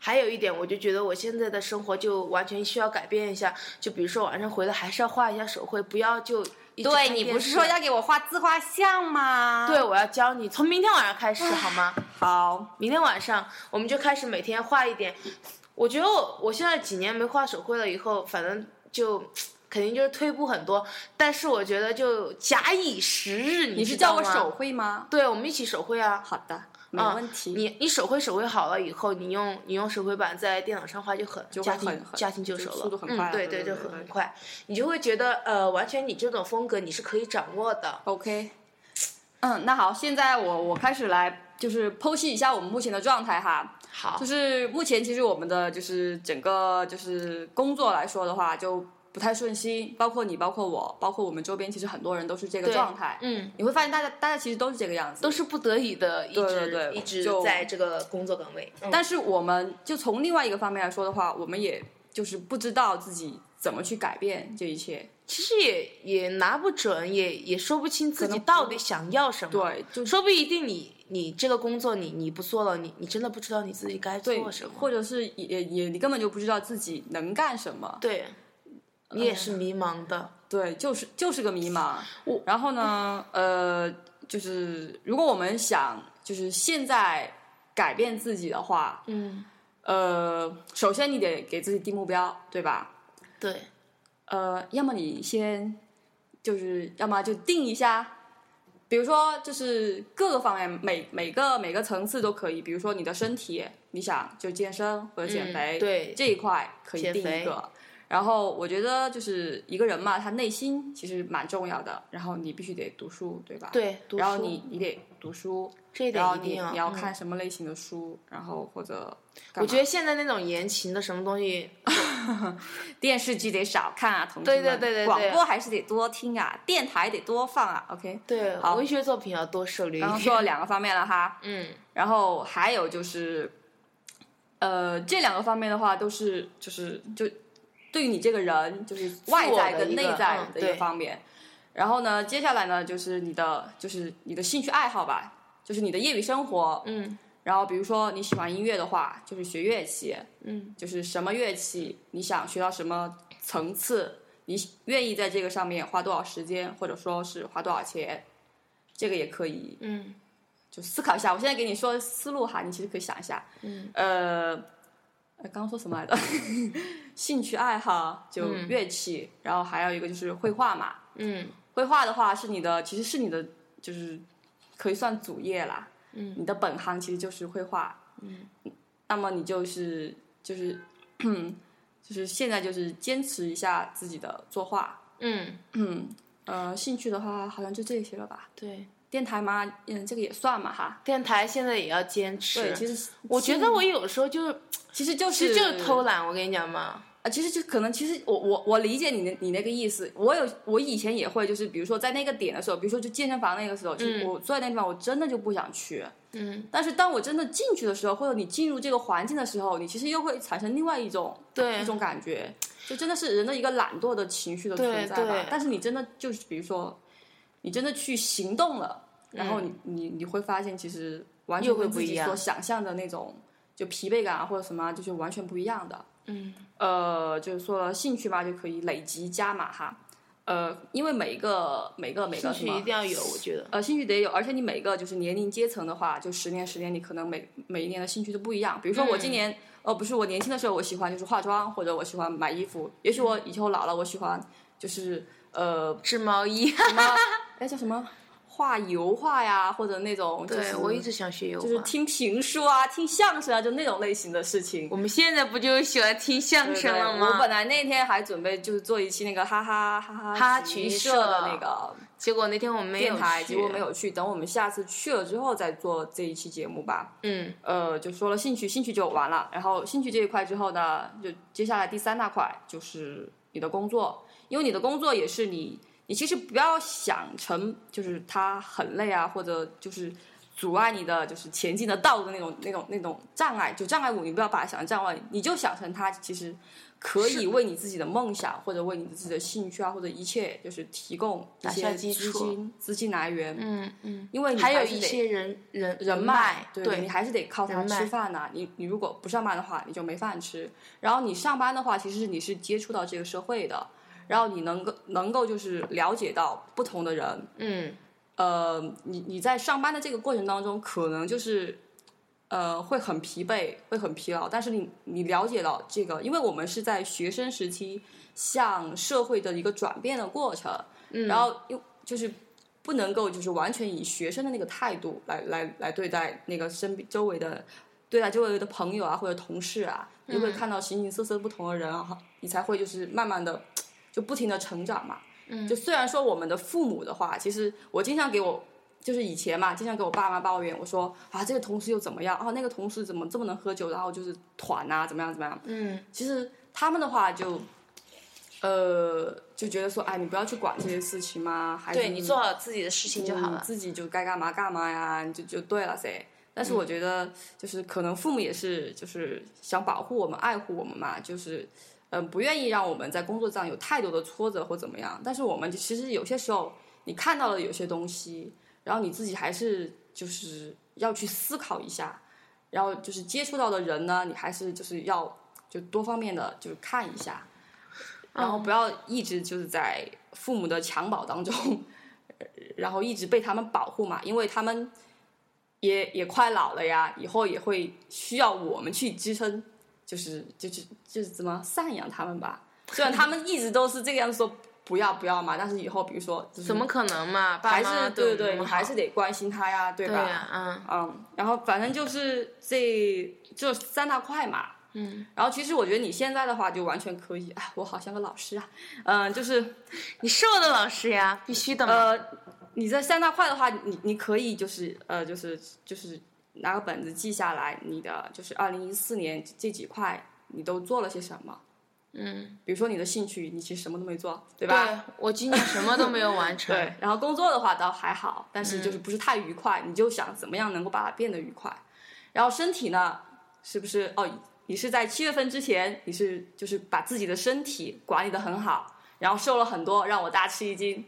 [SPEAKER 2] 还有一点，我就觉得我现在的生活就完全需要改变一下，就比如说晚上回来还是要画一下手绘，不要就一直
[SPEAKER 3] 对
[SPEAKER 2] 看
[SPEAKER 3] 你
[SPEAKER 2] 电
[SPEAKER 3] 不是
[SPEAKER 2] 视
[SPEAKER 3] 说要给我画自画像吗？
[SPEAKER 2] 对，，我要教你，从明天晚上开始好吗？
[SPEAKER 3] 好，
[SPEAKER 2] 明天晚上我们就开始每天画一点。我觉得我我现在几年没画手绘了，以后反正就肯定就是退步很多，但是我觉得就假以时日，
[SPEAKER 3] 你
[SPEAKER 2] 你
[SPEAKER 3] 是
[SPEAKER 2] 知
[SPEAKER 3] 叫
[SPEAKER 2] 道
[SPEAKER 3] 我
[SPEAKER 2] 吗
[SPEAKER 3] 手？绘吗？
[SPEAKER 2] 对，我们一起手绘啊。
[SPEAKER 3] 好的，没
[SPEAKER 2] 啊
[SPEAKER 3] 问题。
[SPEAKER 2] 你你手绘手绘好了以后，你用你用手绘板在电脑上画就很
[SPEAKER 3] 就会
[SPEAKER 2] 驾
[SPEAKER 3] 很
[SPEAKER 2] 轻
[SPEAKER 3] 很
[SPEAKER 2] 驾轻就
[SPEAKER 3] 就
[SPEAKER 2] 熟了，
[SPEAKER 3] 速度很快
[SPEAKER 2] 嗯，
[SPEAKER 3] 了
[SPEAKER 2] 对
[SPEAKER 3] 对
[SPEAKER 2] 就
[SPEAKER 3] 对
[SPEAKER 2] 很
[SPEAKER 3] 对
[SPEAKER 2] 很快，你就会觉得呃，完全你这种风格你是可以掌握的，
[SPEAKER 3] OK，嗯，那好，现在我我开始来就是剖析一下我们目前的状态哈。
[SPEAKER 2] 好
[SPEAKER 3] 就，是目前其实我们的就是整个就是工作来说的话，就不太顺心，包括你，包括我，包括我们周边，其实很多人都是这个
[SPEAKER 2] 对
[SPEAKER 3] 状态。
[SPEAKER 2] 嗯，
[SPEAKER 3] 你会发现，大家大家其实都是这个样子，
[SPEAKER 2] 都是不得已的，一直
[SPEAKER 3] 对对
[SPEAKER 2] 一直
[SPEAKER 3] 就
[SPEAKER 2] 在这个工作岗位，嗯
[SPEAKER 3] 但是我们就从另外一个方面来说的话，我们也就是不知道自己怎么去改变这一切。
[SPEAKER 2] 其实也也拿不准，也也说不清自己
[SPEAKER 3] 能不
[SPEAKER 2] 到底想要什么，
[SPEAKER 3] 对，就
[SPEAKER 2] 说不一定你你这个工作你你不做了，你你真的不知道你自己该
[SPEAKER 3] 对
[SPEAKER 2] 做什，么，
[SPEAKER 3] 或者是也也也你根本就不知道自己能干什么。
[SPEAKER 2] 对，你也是迷茫的，
[SPEAKER 3] 对，就是就是个迷茫。然后呢，呃，就是如果我们想就是现在改变自己的话，
[SPEAKER 2] 嗯，
[SPEAKER 3] 呃，首先你得给自己定目标，对吧？
[SPEAKER 2] 对。
[SPEAKER 3] 呃，要么你先就是，要么就定一下。比如说，就是各个方面，每每个每个层次都可以。比如说你的身体，你想就健身或者减
[SPEAKER 2] 嗯
[SPEAKER 3] 肥，
[SPEAKER 2] 对
[SPEAKER 3] 这一块可以
[SPEAKER 2] 减
[SPEAKER 3] 定
[SPEAKER 2] 肥
[SPEAKER 3] 一个。然后我觉得就是一个人嘛，他内心其实蛮重要的。然后你必须得读书，对吧？。
[SPEAKER 2] 对，读
[SPEAKER 3] 然后
[SPEAKER 2] 书
[SPEAKER 3] 你你得读书，
[SPEAKER 2] 这一点
[SPEAKER 3] 然后
[SPEAKER 2] 一定
[SPEAKER 3] 你
[SPEAKER 2] 要
[SPEAKER 3] 你要
[SPEAKER 2] 嗯
[SPEAKER 3] 看什么类型的书，然后或者干
[SPEAKER 2] 我觉
[SPEAKER 3] 嘛
[SPEAKER 2] 得现在那种言情的什么东西，
[SPEAKER 3] 电视剧得少看啊，同志
[SPEAKER 2] 对对
[SPEAKER 3] 们
[SPEAKER 2] 对对对
[SPEAKER 3] 广播还是得多听啊，电台得多放啊，OK。
[SPEAKER 2] 对
[SPEAKER 3] 好
[SPEAKER 2] 文学作品要多涉猎一
[SPEAKER 3] 刚刚说了
[SPEAKER 2] 点。
[SPEAKER 3] 两个方面了哈，
[SPEAKER 2] 嗯，
[SPEAKER 3] 然后还有就是，呃，这两个方面的话都是就是就对于你这个人就是外在跟内在
[SPEAKER 2] 自我的一个嗯
[SPEAKER 3] 的一个
[SPEAKER 2] 对
[SPEAKER 3] 方面。然后呢，接下来呢就是你的就是你的兴趣爱好吧，就是你的业余生活。
[SPEAKER 2] 嗯
[SPEAKER 3] 然后比如说你喜欢音乐的话，就是学乐器，
[SPEAKER 2] 嗯
[SPEAKER 3] 就是什么乐器，你想学到什么层次，你愿意在这个上面花多少时间，或者说是花多少钱，这个也可以
[SPEAKER 2] 嗯
[SPEAKER 3] 就思考一下。我现在给你说思路哈，你其实可以想一下，
[SPEAKER 2] 嗯，
[SPEAKER 3] 呃，呃刚刚说什么来着？ 兴趣爱好就
[SPEAKER 2] 嗯
[SPEAKER 3] 乐器，然后还有一个就是绘画嘛。
[SPEAKER 2] 嗯
[SPEAKER 3] 绘画的话是你的，其实是你的，就是可以算主业啦。
[SPEAKER 2] 嗯，
[SPEAKER 3] 你的本行其实就是绘画。
[SPEAKER 2] 嗯，
[SPEAKER 3] 那么你就是就是， 就是现在就是坚持一下自己的作画。
[SPEAKER 2] 嗯，
[SPEAKER 3] 嗯，呃，兴趣的话好像就这些了吧。
[SPEAKER 2] 对，
[SPEAKER 3] 电台嘛，嗯，这个也算嘛哈。
[SPEAKER 2] 电台现在也要坚持。
[SPEAKER 3] 对，其实
[SPEAKER 2] 我觉得我有时候就是，
[SPEAKER 3] 其实就
[SPEAKER 2] 其
[SPEAKER 3] 是
[SPEAKER 2] 实就是偷懒。我跟你讲嘛，
[SPEAKER 3] 啊，其实就可能，其实我我我理解你的你那个意思。我有我以前也会，就是比如说在那个点的时候，比如说就健身房那个时候，其
[SPEAKER 2] 嗯
[SPEAKER 3] 实我坐在那地方，我真的就不想去。
[SPEAKER 2] 嗯，
[SPEAKER 3] 但是当我真的进去的时候，或者你进入这个环境的时候，你其实又会产生另外一种
[SPEAKER 2] 对
[SPEAKER 3] 一种感觉，就真的是人的一个懒惰的情绪的
[SPEAKER 2] 对
[SPEAKER 3] 存在吧
[SPEAKER 2] 对。
[SPEAKER 3] 但是你真的就是比如说，你真的去行动了，然后你、你你会发现，其实完
[SPEAKER 2] 嗯
[SPEAKER 3] 全
[SPEAKER 2] 又会
[SPEAKER 3] 跟自
[SPEAKER 2] 不一
[SPEAKER 3] 己
[SPEAKER 2] 样
[SPEAKER 3] 所想象的那种就疲惫感啊或者什么啊、就是完全不一样的。
[SPEAKER 2] 嗯，
[SPEAKER 3] 呃，就是说兴趣嘛，就可以累积加码哈。呃，因为每一个每个每
[SPEAKER 2] 兴
[SPEAKER 3] 个
[SPEAKER 2] 趣
[SPEAKER 3] 什么
[SPEAKER 2] 一定要有，我觉得。
[SPEAKER 3] 呃，兴趣得有，而且你每个就是年龄阶层的话，就十年十年，你可能每每一年的兴趣都不一样。比如说我
[SPEAKER 2] 嗯
[SPEAKER 3] 今年，呃，不是我年轻的时候，我喜欢就是化妆，或者我喜欢买衣服。也许
[SPEAKER 2] 嗯
[SPEAKER 3] 我以后老了，我喜欢就是呃
[SPEAKER 2] 织毛 衣，
[SPEAKER 3] 什么，哎叫什么画油画呀，或者那种就是
[SPEAKER 2] 对我一直想学油画。
[SPEAKER 3] 就是听评书啊，听相声啊，就那种类型的事情
[SPEAKER 2] 我。们现在不就喜欢听 相声了
[SPEAKER 3] 对我
[SPEAKER 2] 吗？
[SPEAKER 3] 本来那天还准备就是做一期那个哈哈哈哈
[SPEAKER 2] 哈
[SPEAKER 3] 曲
[SPEAKER 2] 曲
[SPEAKER 3] 社
[SPEAKER 2] 社
[SPEAKER 3] 的那个
[SPEAKER 2] 结果那天我们没
[SPEAKER 3] 电
[SPEAKER 2] 有
[SPEAKER 3] 台，
[SPEAKER 2] 去
[SPEAKER 3] 结果没。有去。等我们下次去了之后再做这一期节目吧。
[SPEAKER 2] 嗯
[SPEAKER 3] 呃，就说了兴趣，兴趣就完了。然后兴趣这一块之后呢，就接下来第三大块就是你的工作，因为你的工作也是你，你其实不要想成就是它很累啊，或者就是阻碍你的就是前进的道路的那种那种那种障碍，就障碍物，你不要把它想成障碍，你就想成它其实可以为你自己的梦想或者为你自己的兴趣啊或者一切就是提供一
[SPEAKER 2] 打下
[SPEAKER 3] 些
[SPEAKER 2] 基
[SPEAKER 3] 资
[SPEAKER 2] 础
[SPEAKER 3] 金资金来源，
[SPEAKER 2] 嗯嗯，
[SPEAKER 3] 因为你
[SPEAKER 2] 还有
[SPEAKER 3] 是
[SPEAKER 2] 一
[SPEAKER 3] 得
[SPEAKER 2] 些人人人
[SPEAKER 3] 人脉，
[SPEAKER 2] 对
[SPEAKER 3] 你还是得靠它
[SPEAKER 2] 人脉
[SPEAKER 3] 吃饭呐、你你如果不上班的话，你就没饭吃。然后你上班的话，其实你是接触到这个社会的，然后你能够能够就是了解到不同的人。
[SPEAKER 2] 嗯
[SPEAKER 3] 呃，你你在上班的这个过程当中，可能就是呃会很疲惫，会很疲劳。但是你你了解到这个，因为我们是在学生时期向社会的一个转变的过程，
[SPEAKER 2] 嗯，
[SPEAKER 3] 然后又就是不能够就是完全以学生的那个态度来来来对待那个身边周围的对待周围的朋友啊或者同事啊，你
[SPEAKER 2] 嗯
[SPEAKER 3] 会看到形形色色不同的人啊，你才会就是慢慢的就不停的成长嘛。嗯，就虽然说我们的父母的话，其实我经常给我。就是以前嘛，经常给我爸妈抱怨，我说啊，这个同事又怎么样啊，那个同事怎么这么能喝酒，然后就是团啊，怎么样怎么样。
[SPEAKER 2] 嗯
[SPEAKER 3] 其实他们的话就，呃，就觉得说，哎，你不要去管这些事情嘛，还是
[SPEAKER 2] 对你做好自己的事情就好
[SPEAKER 3] 嗯
[SPEAKER 2] 了。
[SPEAKER 3] 自己就该干嘛干嘛呀，你就就对了噻。但
[SPEAKER 2] 嗯
[SPEAKER 3] 是我觉得，就是可能父母也是，就是想保护我们、爱护我们嘛，就是，嗯、不愿意让我们在工作上有太多的挫折或怎么样。但是我们其实有些时候，你看到了有些东西，然后你自己还是就是要去思考一下，然后就是接触到的人呢，你还是就是要就多方面的就是看一下，然
[SPEAKER 2] 嗯
[SPEAKER 3] 后不要一直就是在父母的襁褓当中，然后一直被他们保护嘛，因为他们也也快老了呀，以后也会需要我们去支撑，就是就是就是怎么赡养他们吧。虽然他们一直都是这个样子说不要不要嘛，但是以后比如说就是
[SPEAKER 2] 怎么可能嘛？爸
[SPEAKER 3] 还
[SPEAKER 2] 妈
[SPEAKER 3] 是
[SPEAKER 2] 对
[SPEAKER 3] 对
[SPEAKER 2] 我
[SPEAKER 3] 对，
[SPEAKER 2] 们
[SPEAKER 3] 你
[SPEAKER 2] 好
[SPEAKER 3] 还是得关心他呀，对
[SPEAKER 2] 对
[SPEAKER 3] 吧？
[SPEAKER 2] 呀，嗯
[SPEAKER 3] 嗯，然后反正就是这这三大块嘛。
[SPEAKER 2] 嗯，
[SPEAKER 3] 然后其实我觉得你现在的话就完全可以，哎，我好像个老师啊，嗯、就是
[SPEAKER 2] 你是我的老师呀，必须的嘛。
[SPEAKER 3] 呃，你这三大块的话，你你可以就是呃就是就是拿个本子记下来，你的就是二零一四年这几块你都做了些什么。
[SPEAKER 2] 嗯，
[SPEAKER 3] 比如说你的兴趣，你其实什么都没做，对
[SPEAKER 2] 对
[SPEAKER 3] 吧？
[SPEAKER 2] 我今年什么都没有 完成。
[SPEAKER 3] 对，然后工作的话倒还好，但是就是不是太愉快，你就想怎么样能够把它变得愉快。然后身体呢，是不是哦？你是在七月份之前，你是就是把自己的身体管理的很好，然后瘦了很多，让我大吃一惊。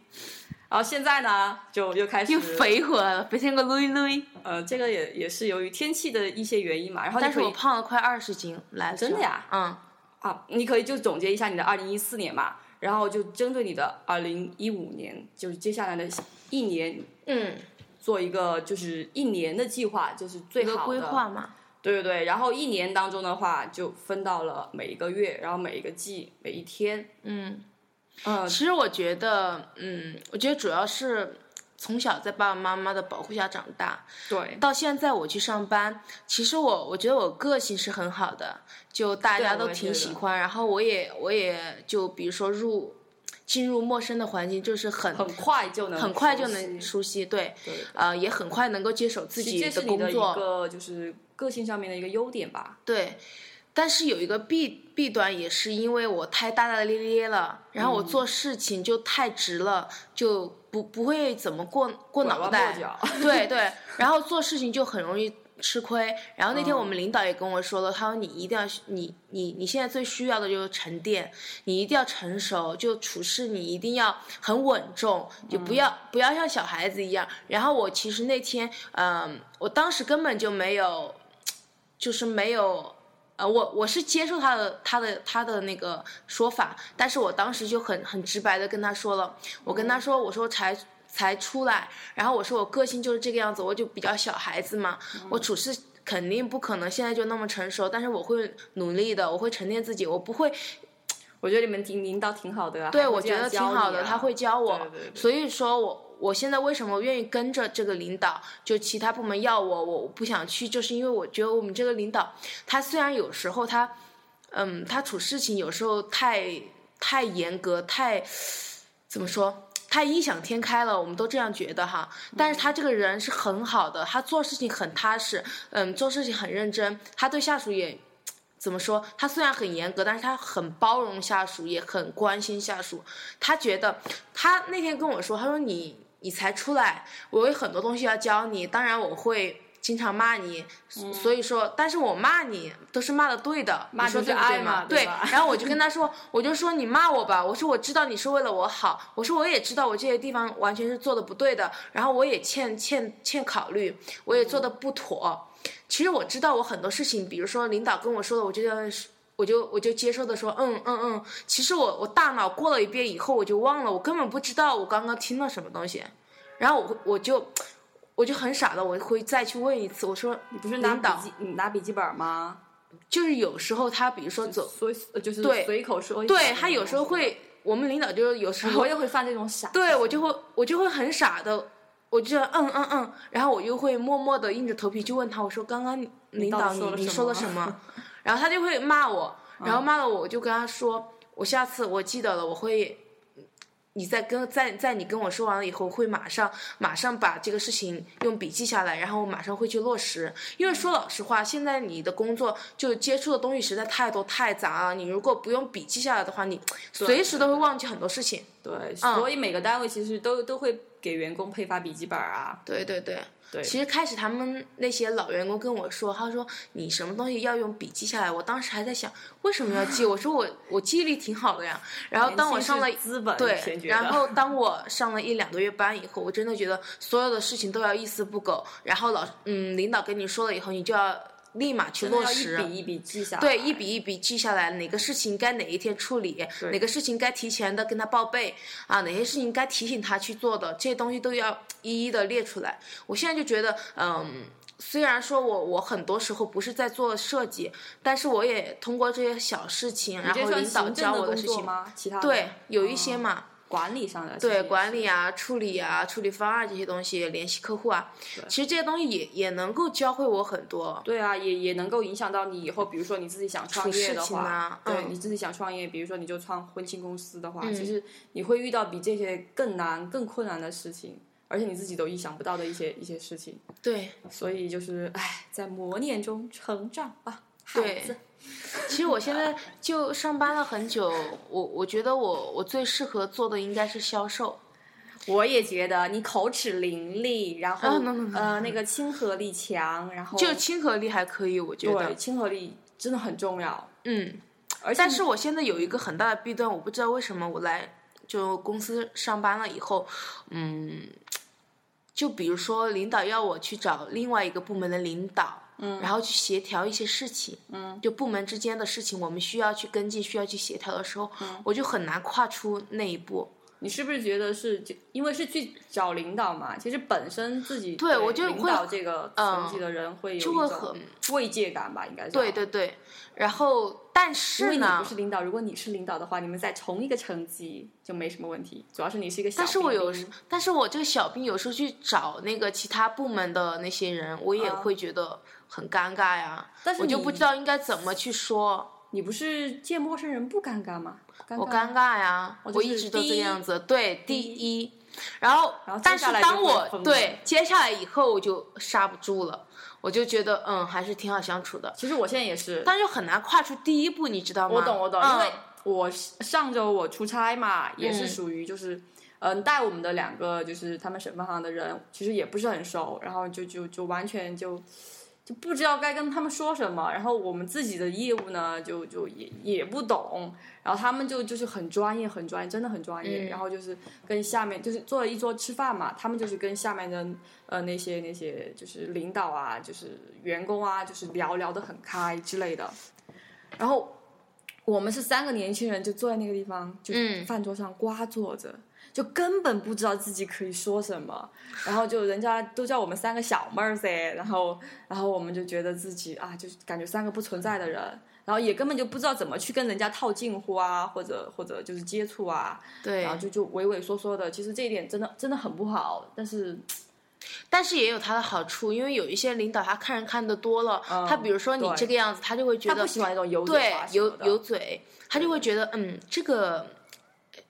[SPEAKER 3] 然后现在呢，就又开始
[SPEAKER 2] 又，肥回来了，肥成个撸一撸一。
[SPEAKER 3] 呃，这个也也是由于天气的一些原因嘛。然后你
[SPEAKER 2] 但是
[SPEAKER 3] 可以哦
[SPEAKER 2] 我胖了快二十斤，来了之后
[SPEAKER 3] 真的呀？
[SPEAKER 2] 嗯，
[SPEAKER 3] 啊，你可以就总结一下你的二零一四年嘛，然后就针对你的二零一五年，就是接下来的一年
[SPEAKER 2] 嗯，
[SPEAKER 3] 做一个就是一年的计划，就是最
[SPEAKER 2] 一个
[SPEAKER 3] 好的
[SPEAKER 2] 规划。嘛。
[SPEAKER 3] 对对对，然后一年当中的话，就分到了每一个月，然后每一个季，每一天。
[SPEAKER 2] 嗯，
[SPEAKER 3] 嗯，
[SPEAKER 2] 其实我觉得，嗯，我觉得主要是从小在爸爸妈妈的保护下长大，
[SPEAKER 3] 对
[SPEAKER 2] 到现在我去上班，其实我我觉得我个性是很好的，就大家
[SPEAKER 3] 对我
[SPEAKER 2] 都
[SPEAKER 3] 也
[SPEAKER 2] 挺
[SPEAKER 3] 觉
[SPEAKER 2] 喜
[SPEAKER 3] 得
[SPEAKER 2] 欢，然后我也我也就比如说入进入陌生的环境，就是很
[SPEAKER 3] 很快就能
[SPEAKER 2] 很快就
[SPEAKER 3] 熟悉
[SPEAKER 2] 能熟悉，对，
[SPEAKER 3] 对对
[SPEAKER 2] 呃，也很快能够接手自
[SPEAKER 3] 其
[SPEAKER 2] 己
[SPEAKER 3] 实这是你
[SPEAKER 2] 工
[SPEAKER 3] 的一
[SPEAKER 2] 作，
[SPEAKER 3] 个就是个性上面的一个优点吧。
[SPEAKER 2] 对，但是有一个弊弊端，也是因为我太大大咧咧了，然后我
[SPEAKER 3] 嗯
[SPEAKER 2] 做事情就太直了，就不不会怎么过过
[SPEAKER 3] 拐
[SPEAKER 2] 脑
[SPEAKER 3] 弯
[SPEAKER 2] 袋
[SPEAKER 3] 抹，角
[SPEAKER 2] 对对，然后做事情就很容易。吃亏，然后那天我
[SPEAKER 3] 嗯
[SPEAKER 2] 们领导也跟我说了，他说你一定要你你你现在最需要的就是沉淀，你一定要成熟，就处事你一定要很稳重，就
[SPEAKER 3] 嗯
[SPEAKER 2] 不要、不要像小孩子一样。然后我其实那天，嗯、我当时根本就没有就是没有，呃，我我是接受他的他的他的那个说法，但是我当时就很很直白的跟他说了，我跟他说，我说才才出来，然后我说我个性就是这个样子，我就比较小孩子嘛，我处事。肯定不可能现在就那么成熟，但是我会努力的，我会沉淀自己，我不会
[SPEAKER 3] 我觉得你们挺领导挺好的啊，
[SPEAKER 2] 对，
[SPEAKER 3] 还会
[SPEAKER 2] 我
[SPEAKER 3] 这
[SPEAKER 2] 觉
[SPEAKER 3] 样
[SPEAKER 2] 得挺
[SPEAKER 3] 教你
[SPEAKER 2] 好的，
[SPEAKER 3] 啊
[SPEAKER 2] 他会教我。
[SPEAKER 3] 对对对
[SPEAKER 2] 所以说我我现在为什么愿意跟着这个领导？就其他部门要我，我不想去，就是因为我觉得我们这个领导，他虽然有时候他，嗯，他处事情有时候太太严格，太怎么说？太异想天开了，我们都这样觉得哈。
[SPEAKER 3] 嗯
[SPEAKER 2] 但是他这个人是很好的，他做事情很踏实，嗯，做事情很认真，他对下属也怎么说？他虽然很严格，但是他很包容下属，也很关心下属。他觉得，他那天跟我说，他说你你才出来，我有很多东西要教你，当然我会。经常骂你，所所以说，但是我骂你都是骂的对的，
[SPEAKER 3] 嗯骂
[SPEAKER 2] 你说
[SPEAKER 3] 你
[SPEAKER 2] 对
[SPEAKER 3] 就
[SPEAKER 2] 不对
[SPEAKER 3] 爱
[SPEAKER 2] 嘛
[SPEAKER 3] 嘛
[SPEAKER 2] 对
[SPEAKER 3] 对吧，
[SPEAKER 2] 然后我就跟他 说，我就说你骂我吧，我说我知道你是为了我好，我说我也知道我这些地方完全是做的不对的，然后我也欠欠欠考虑，我也做的不妥。其实我知道我很多事情，比如说领导跟我说的，我就要我就我就接受的说，嗯嗯嗯。其实我我大脑过了一遍以后，我就忘了，我根本不知道我刚刚听了什么东西，然后我会我就我就很傻的，我会再去问一次，我说
[SPEAKER 3] 你不是拿
[SPEAKER 2] 领
[SPEAKER 3] 笔
[SPEAKER 2] 导
[SPEAKER 3] 记，你拿笔记本吗？
[SPEAKER 2] 就是有时候他比如说走，
[SPEAKER 3] 所以呃就是
[SPEAKER 2] 对
[SPEAKER 3] 随口说一下
[SPEAKER 2] 对
[SPEAKER 3] 那
[SPEAKER 2] 他
[SPEAKER 3] 种
[SPEAKER 2] 有时候
[SPEAKER 3] 东西
[SPEAKER 2] 会，我们领导就有时
[SPEAKER 3] 吧，
[SPEAKER 2] 候
[SPEAKER 3] 我也会犯这种傻。
[SPEAKER 2] 对我就会我就会很傻的，我就嗯嗯嗯，然后我就会默默的硬着头皮去问他，我说刚刚领
[SPEAKER 3] 到
[SPEAKER 2] 导
[SPEAKER 3] 底
[SPEAKER 2] 你
[SPEAKER 3] 说了
[SPEAKER 2] 你
[SPEAKER 3] 什
[SPEAKER 2] 说了
[SPEAKER 3] 么嗯
[SPEAKER 2] 什 么？然后他就会骂我，然后骂了我，我就跟他说，我下次我记得了，我会。你在跟在在你跟我说完了以后，会马上马上把这个事情用笔记下来，然后我马上会去落实。因为说老实话，现在你的工作就接触的东西实在太多太杂了，你如果不用笔记下来的话，你随时都会忘记很多事情。
[SPEAKER 3] 对，
[SPEAKER 2] 嗯
[SPEAKER 3] 所以每个单位其实都都会给员工配发笔记本啊。
[SPEAKER 2] 对对对，
[SPEAKER 3] 对
[SPEAKER 2] 其实开始他们那些老员工跟我说，他说你什么东西要用笔记下来，我当时还在想为什么要记，我说我我记忆力挺好的呀。然后当我上了
[SPEAKER 3] 年轻是资本
[SPEAKER 2] 对
[SPEAKER 3] 先，觉得
[SPEAKER 2] 然 后当我上了一两个月班以后，我真的觉得所有的事情都要一丝不苟。然后老嗯领导跟你说了以后，你就要立马去落
[SPEAKER 3] 要
[SPEAKER 2] 实。
[SPEAKER 3] 一笔一笔记下来。
[SPEAKER 2] 对，一笔一笔记下来，哪个事情该哪一天处理，哪个事情该提前的跟他报备啊，哪些事情该提醒他去做的，这些东西都要一一的列出来。我现在就觉得，嗯，虽然说我我很多时候不是在做设计，但是我也通过这些小事情，然
[SPEAKER 3] 这
[SPEAKER 2] 后
[SPEAKER 3] 算
[SPEAKER 2] 领导
[SPEAKER 3] 行
[SPEAKER 2] 教
[SPEAKER 3] 政
[SPEAKER 2] 我
[SPEAKER 3] 工
[SPEAKER 2] 事
[SPEAKER 3] 作
[SPEAKER 2] 情，
[SPEAKER 3] 吗？其他的
[SPEAKER 2] 对，有一些
[SPEAKER 3] 嗯
[SPEAKER 2] 嘛。
[SPEAKER 3] 管理上的
[SPEAKER 2] 对
[SPEAKER 3] 对
[SPEAKER 2] 管理啊、处理啊、处理方案这些东西，联系客户啊，其实这些东西也也能够教会我很多。
[SPEAKER 3] 对啊，也也能够影响到你以后，比如说你自己想创业的
[SPEAKER 2] 处事情
[SPEAKER 3] 话，
[SPEAKER 2] 啊
[SPEAKER 3] 对、
[SPEAKER 2] 嗯
[SPEAKER 3] 你自己想创业，比如说你就创婚庆公司的话，其实你会遇到比这些更难、更困难的事情。而且你自己都意想不到的一些一些事情。
[SPEAKER 2] 对，
[SPEAKER 3] 所以就是，哎，在磨练中成长吧，孩
[SPEAKER 2] 对
[SPEAKER 3] 子。
[SPEAKER 2] 其实我现在就上班了很久，我我觉得我我最适合做的应该是销售。
[SPEAKER 3] 我也觉得你口齿伶俐，然后、
[SPEAKER 2] 啊，no，no，no，no，
[SPEAKER 3] 呃那个亲和力强，然后
[SPEAKER 2] 就亲和力还可以，我觉
[SPEAKER 3] 对
[SPEAKER 2] 得，
[SPEAKER 3] 亲和力真的很重要。
[SPEAKER 2] 嗯。
[SPEAKER 3] 而且
[SPEAKER 2] 但是我现在有一个很大的弊端，我不知道为什么我来就公司上班了以后，嗯，就比如说领导要我去找另外一个部门的领导，嗯，然后去协调一些事情，嗯，就部门之间的事情，我们需要去跟进、需要去协调的时候，
[SPEAKER 3] 嗯
[SPEAKER 2] 我就很难跨出那一步。
[SPEAKER 3] 你是不是觉得是就因为是去找领导嘛？其实本身自己
[SPEAKER 2] 对我就
[SPEAKER 3] 领
[SPEAKER 2] 会嗯
[SPEAKER 3] 导这个层级的人会有一
[SPEAKER 2] 就会
[SPEAKER 3] 种嗯
[SPEAKER 2] 很
[SPEAKER 3] 慰藉感吧，应该是
[SPEAKER 2] 对对对，然后但
[SPEAKER 3] 因
[SPEAKER 2] 是
[SPEAKER 3] 为你
[SPEAKER 2] 呢
[SPEAKER 3] 不，是领导，如果你是领导的话，你们在同一个层级就没什么问题。主要是你是一个小
[SPEAKER 2] 但是我有
[SPEAKER 3] 兵
[SPEAKER 2] 时，但是我这个小兵有时候去找那个其他部门的那些人，我也会觉得很尴尬呀。
[SPEAKER 3] 啊但是
[SPEAKER 2] 我就
[SPEAKER 3] 你
[SPEAKER 2] 不知道应该怎么去说，
[SPEAKER 3] 你不是见陌生人不尴尬吗？尴
[SPEAKER 2] 我
[SPEAKER 3] 尬
[SPEAKER 2] 尴尬呀，
[SPEAKER 3] 嗯我
[SPEAKER 2] 我
[SPEAKER 3] 就
[SPEAKER 2] 一
[SPEAKER 3] 是
[SPEAKER 2] 直都
[SPEAKER 3] 第
[SPEAKER 2] 这
[SPEAKER 3] 一
[SPEAKER 2] 样子。对，第
[SPEAKER 3] 第
[SPEAKER 2] 一，然后，
[SPEAKER 3] 然后接
[SPEAKER 2] 但是
[SPEAKER 3] 下来就
[SPEAKER 2] 当
[SPEAKER 3] 会
[SPEAKER 2] 我
[SPEAKER 3] 疯了
[SPEAKER 2] 对接下来以后，我就刹不住了，我就觉得嗯，还是挺好相处的，
[SPEAKER 3] 其实我现在也是，啊
[SPEAKER 2] 但是很难跨出第一步，你知道吗？
[SPEAKER 3] 我懂，我懂，
[SPEAKER 2] 嗯
[SPEAKER 3] 因为我上周我出差嘛，也是属于就是，嗯、带我们的两个就是他们省份行的人，其实也不是很熟，然后就就就完全就就不知道该跟他们说什么，然后我们自己的业务呢，就就也也不懂，然后他们就就是很专业，很专业，真的很专业，然后就是跟下面就是坐了一桌吃饭嘛，他们就是跟下面的呃那些那些就是领导啊，就是员工啊，就是聊聊得很开之类的，然后。我们是三个年轻人，就坐在那个地方，就
[SPEAKER 2] 嗯
[SPEAKER 3] 饭桌上瓜坐着，就根本不知道自己可以说什么。然后就人家都叫我们三个小妹儿噻，然后然后我们就觉得自己啊，就是感觉三个不存在的人，然后也根本就不知道怎么去跟人家套近乎啊，或者或者就是接触啊，
[SPEAKER 2] 对
[SPEAKER 3] 然，后就就畏畏缩缩的。其实这一点真的真的很不好，但是
[SPEAKER 2] 但是也有他的好处，因为有一些领导他看人看得多了，他比如说你
[SPEAKER 3] 嗯对
[SPEAKER 2] 这个样子，他就会觉
[SPEAKER 3] 他
[SPEAKER 2] 得
[SPEAKER 3] 不喜欢那种油嘴
[SPEAKER 2] 对
[SPEAKER 3] 滑舌
[SPEAKER 2] 有
[SPEAKER 3] 的
[SPEAKER 2] 有嘴，他就会觉得嗯，这个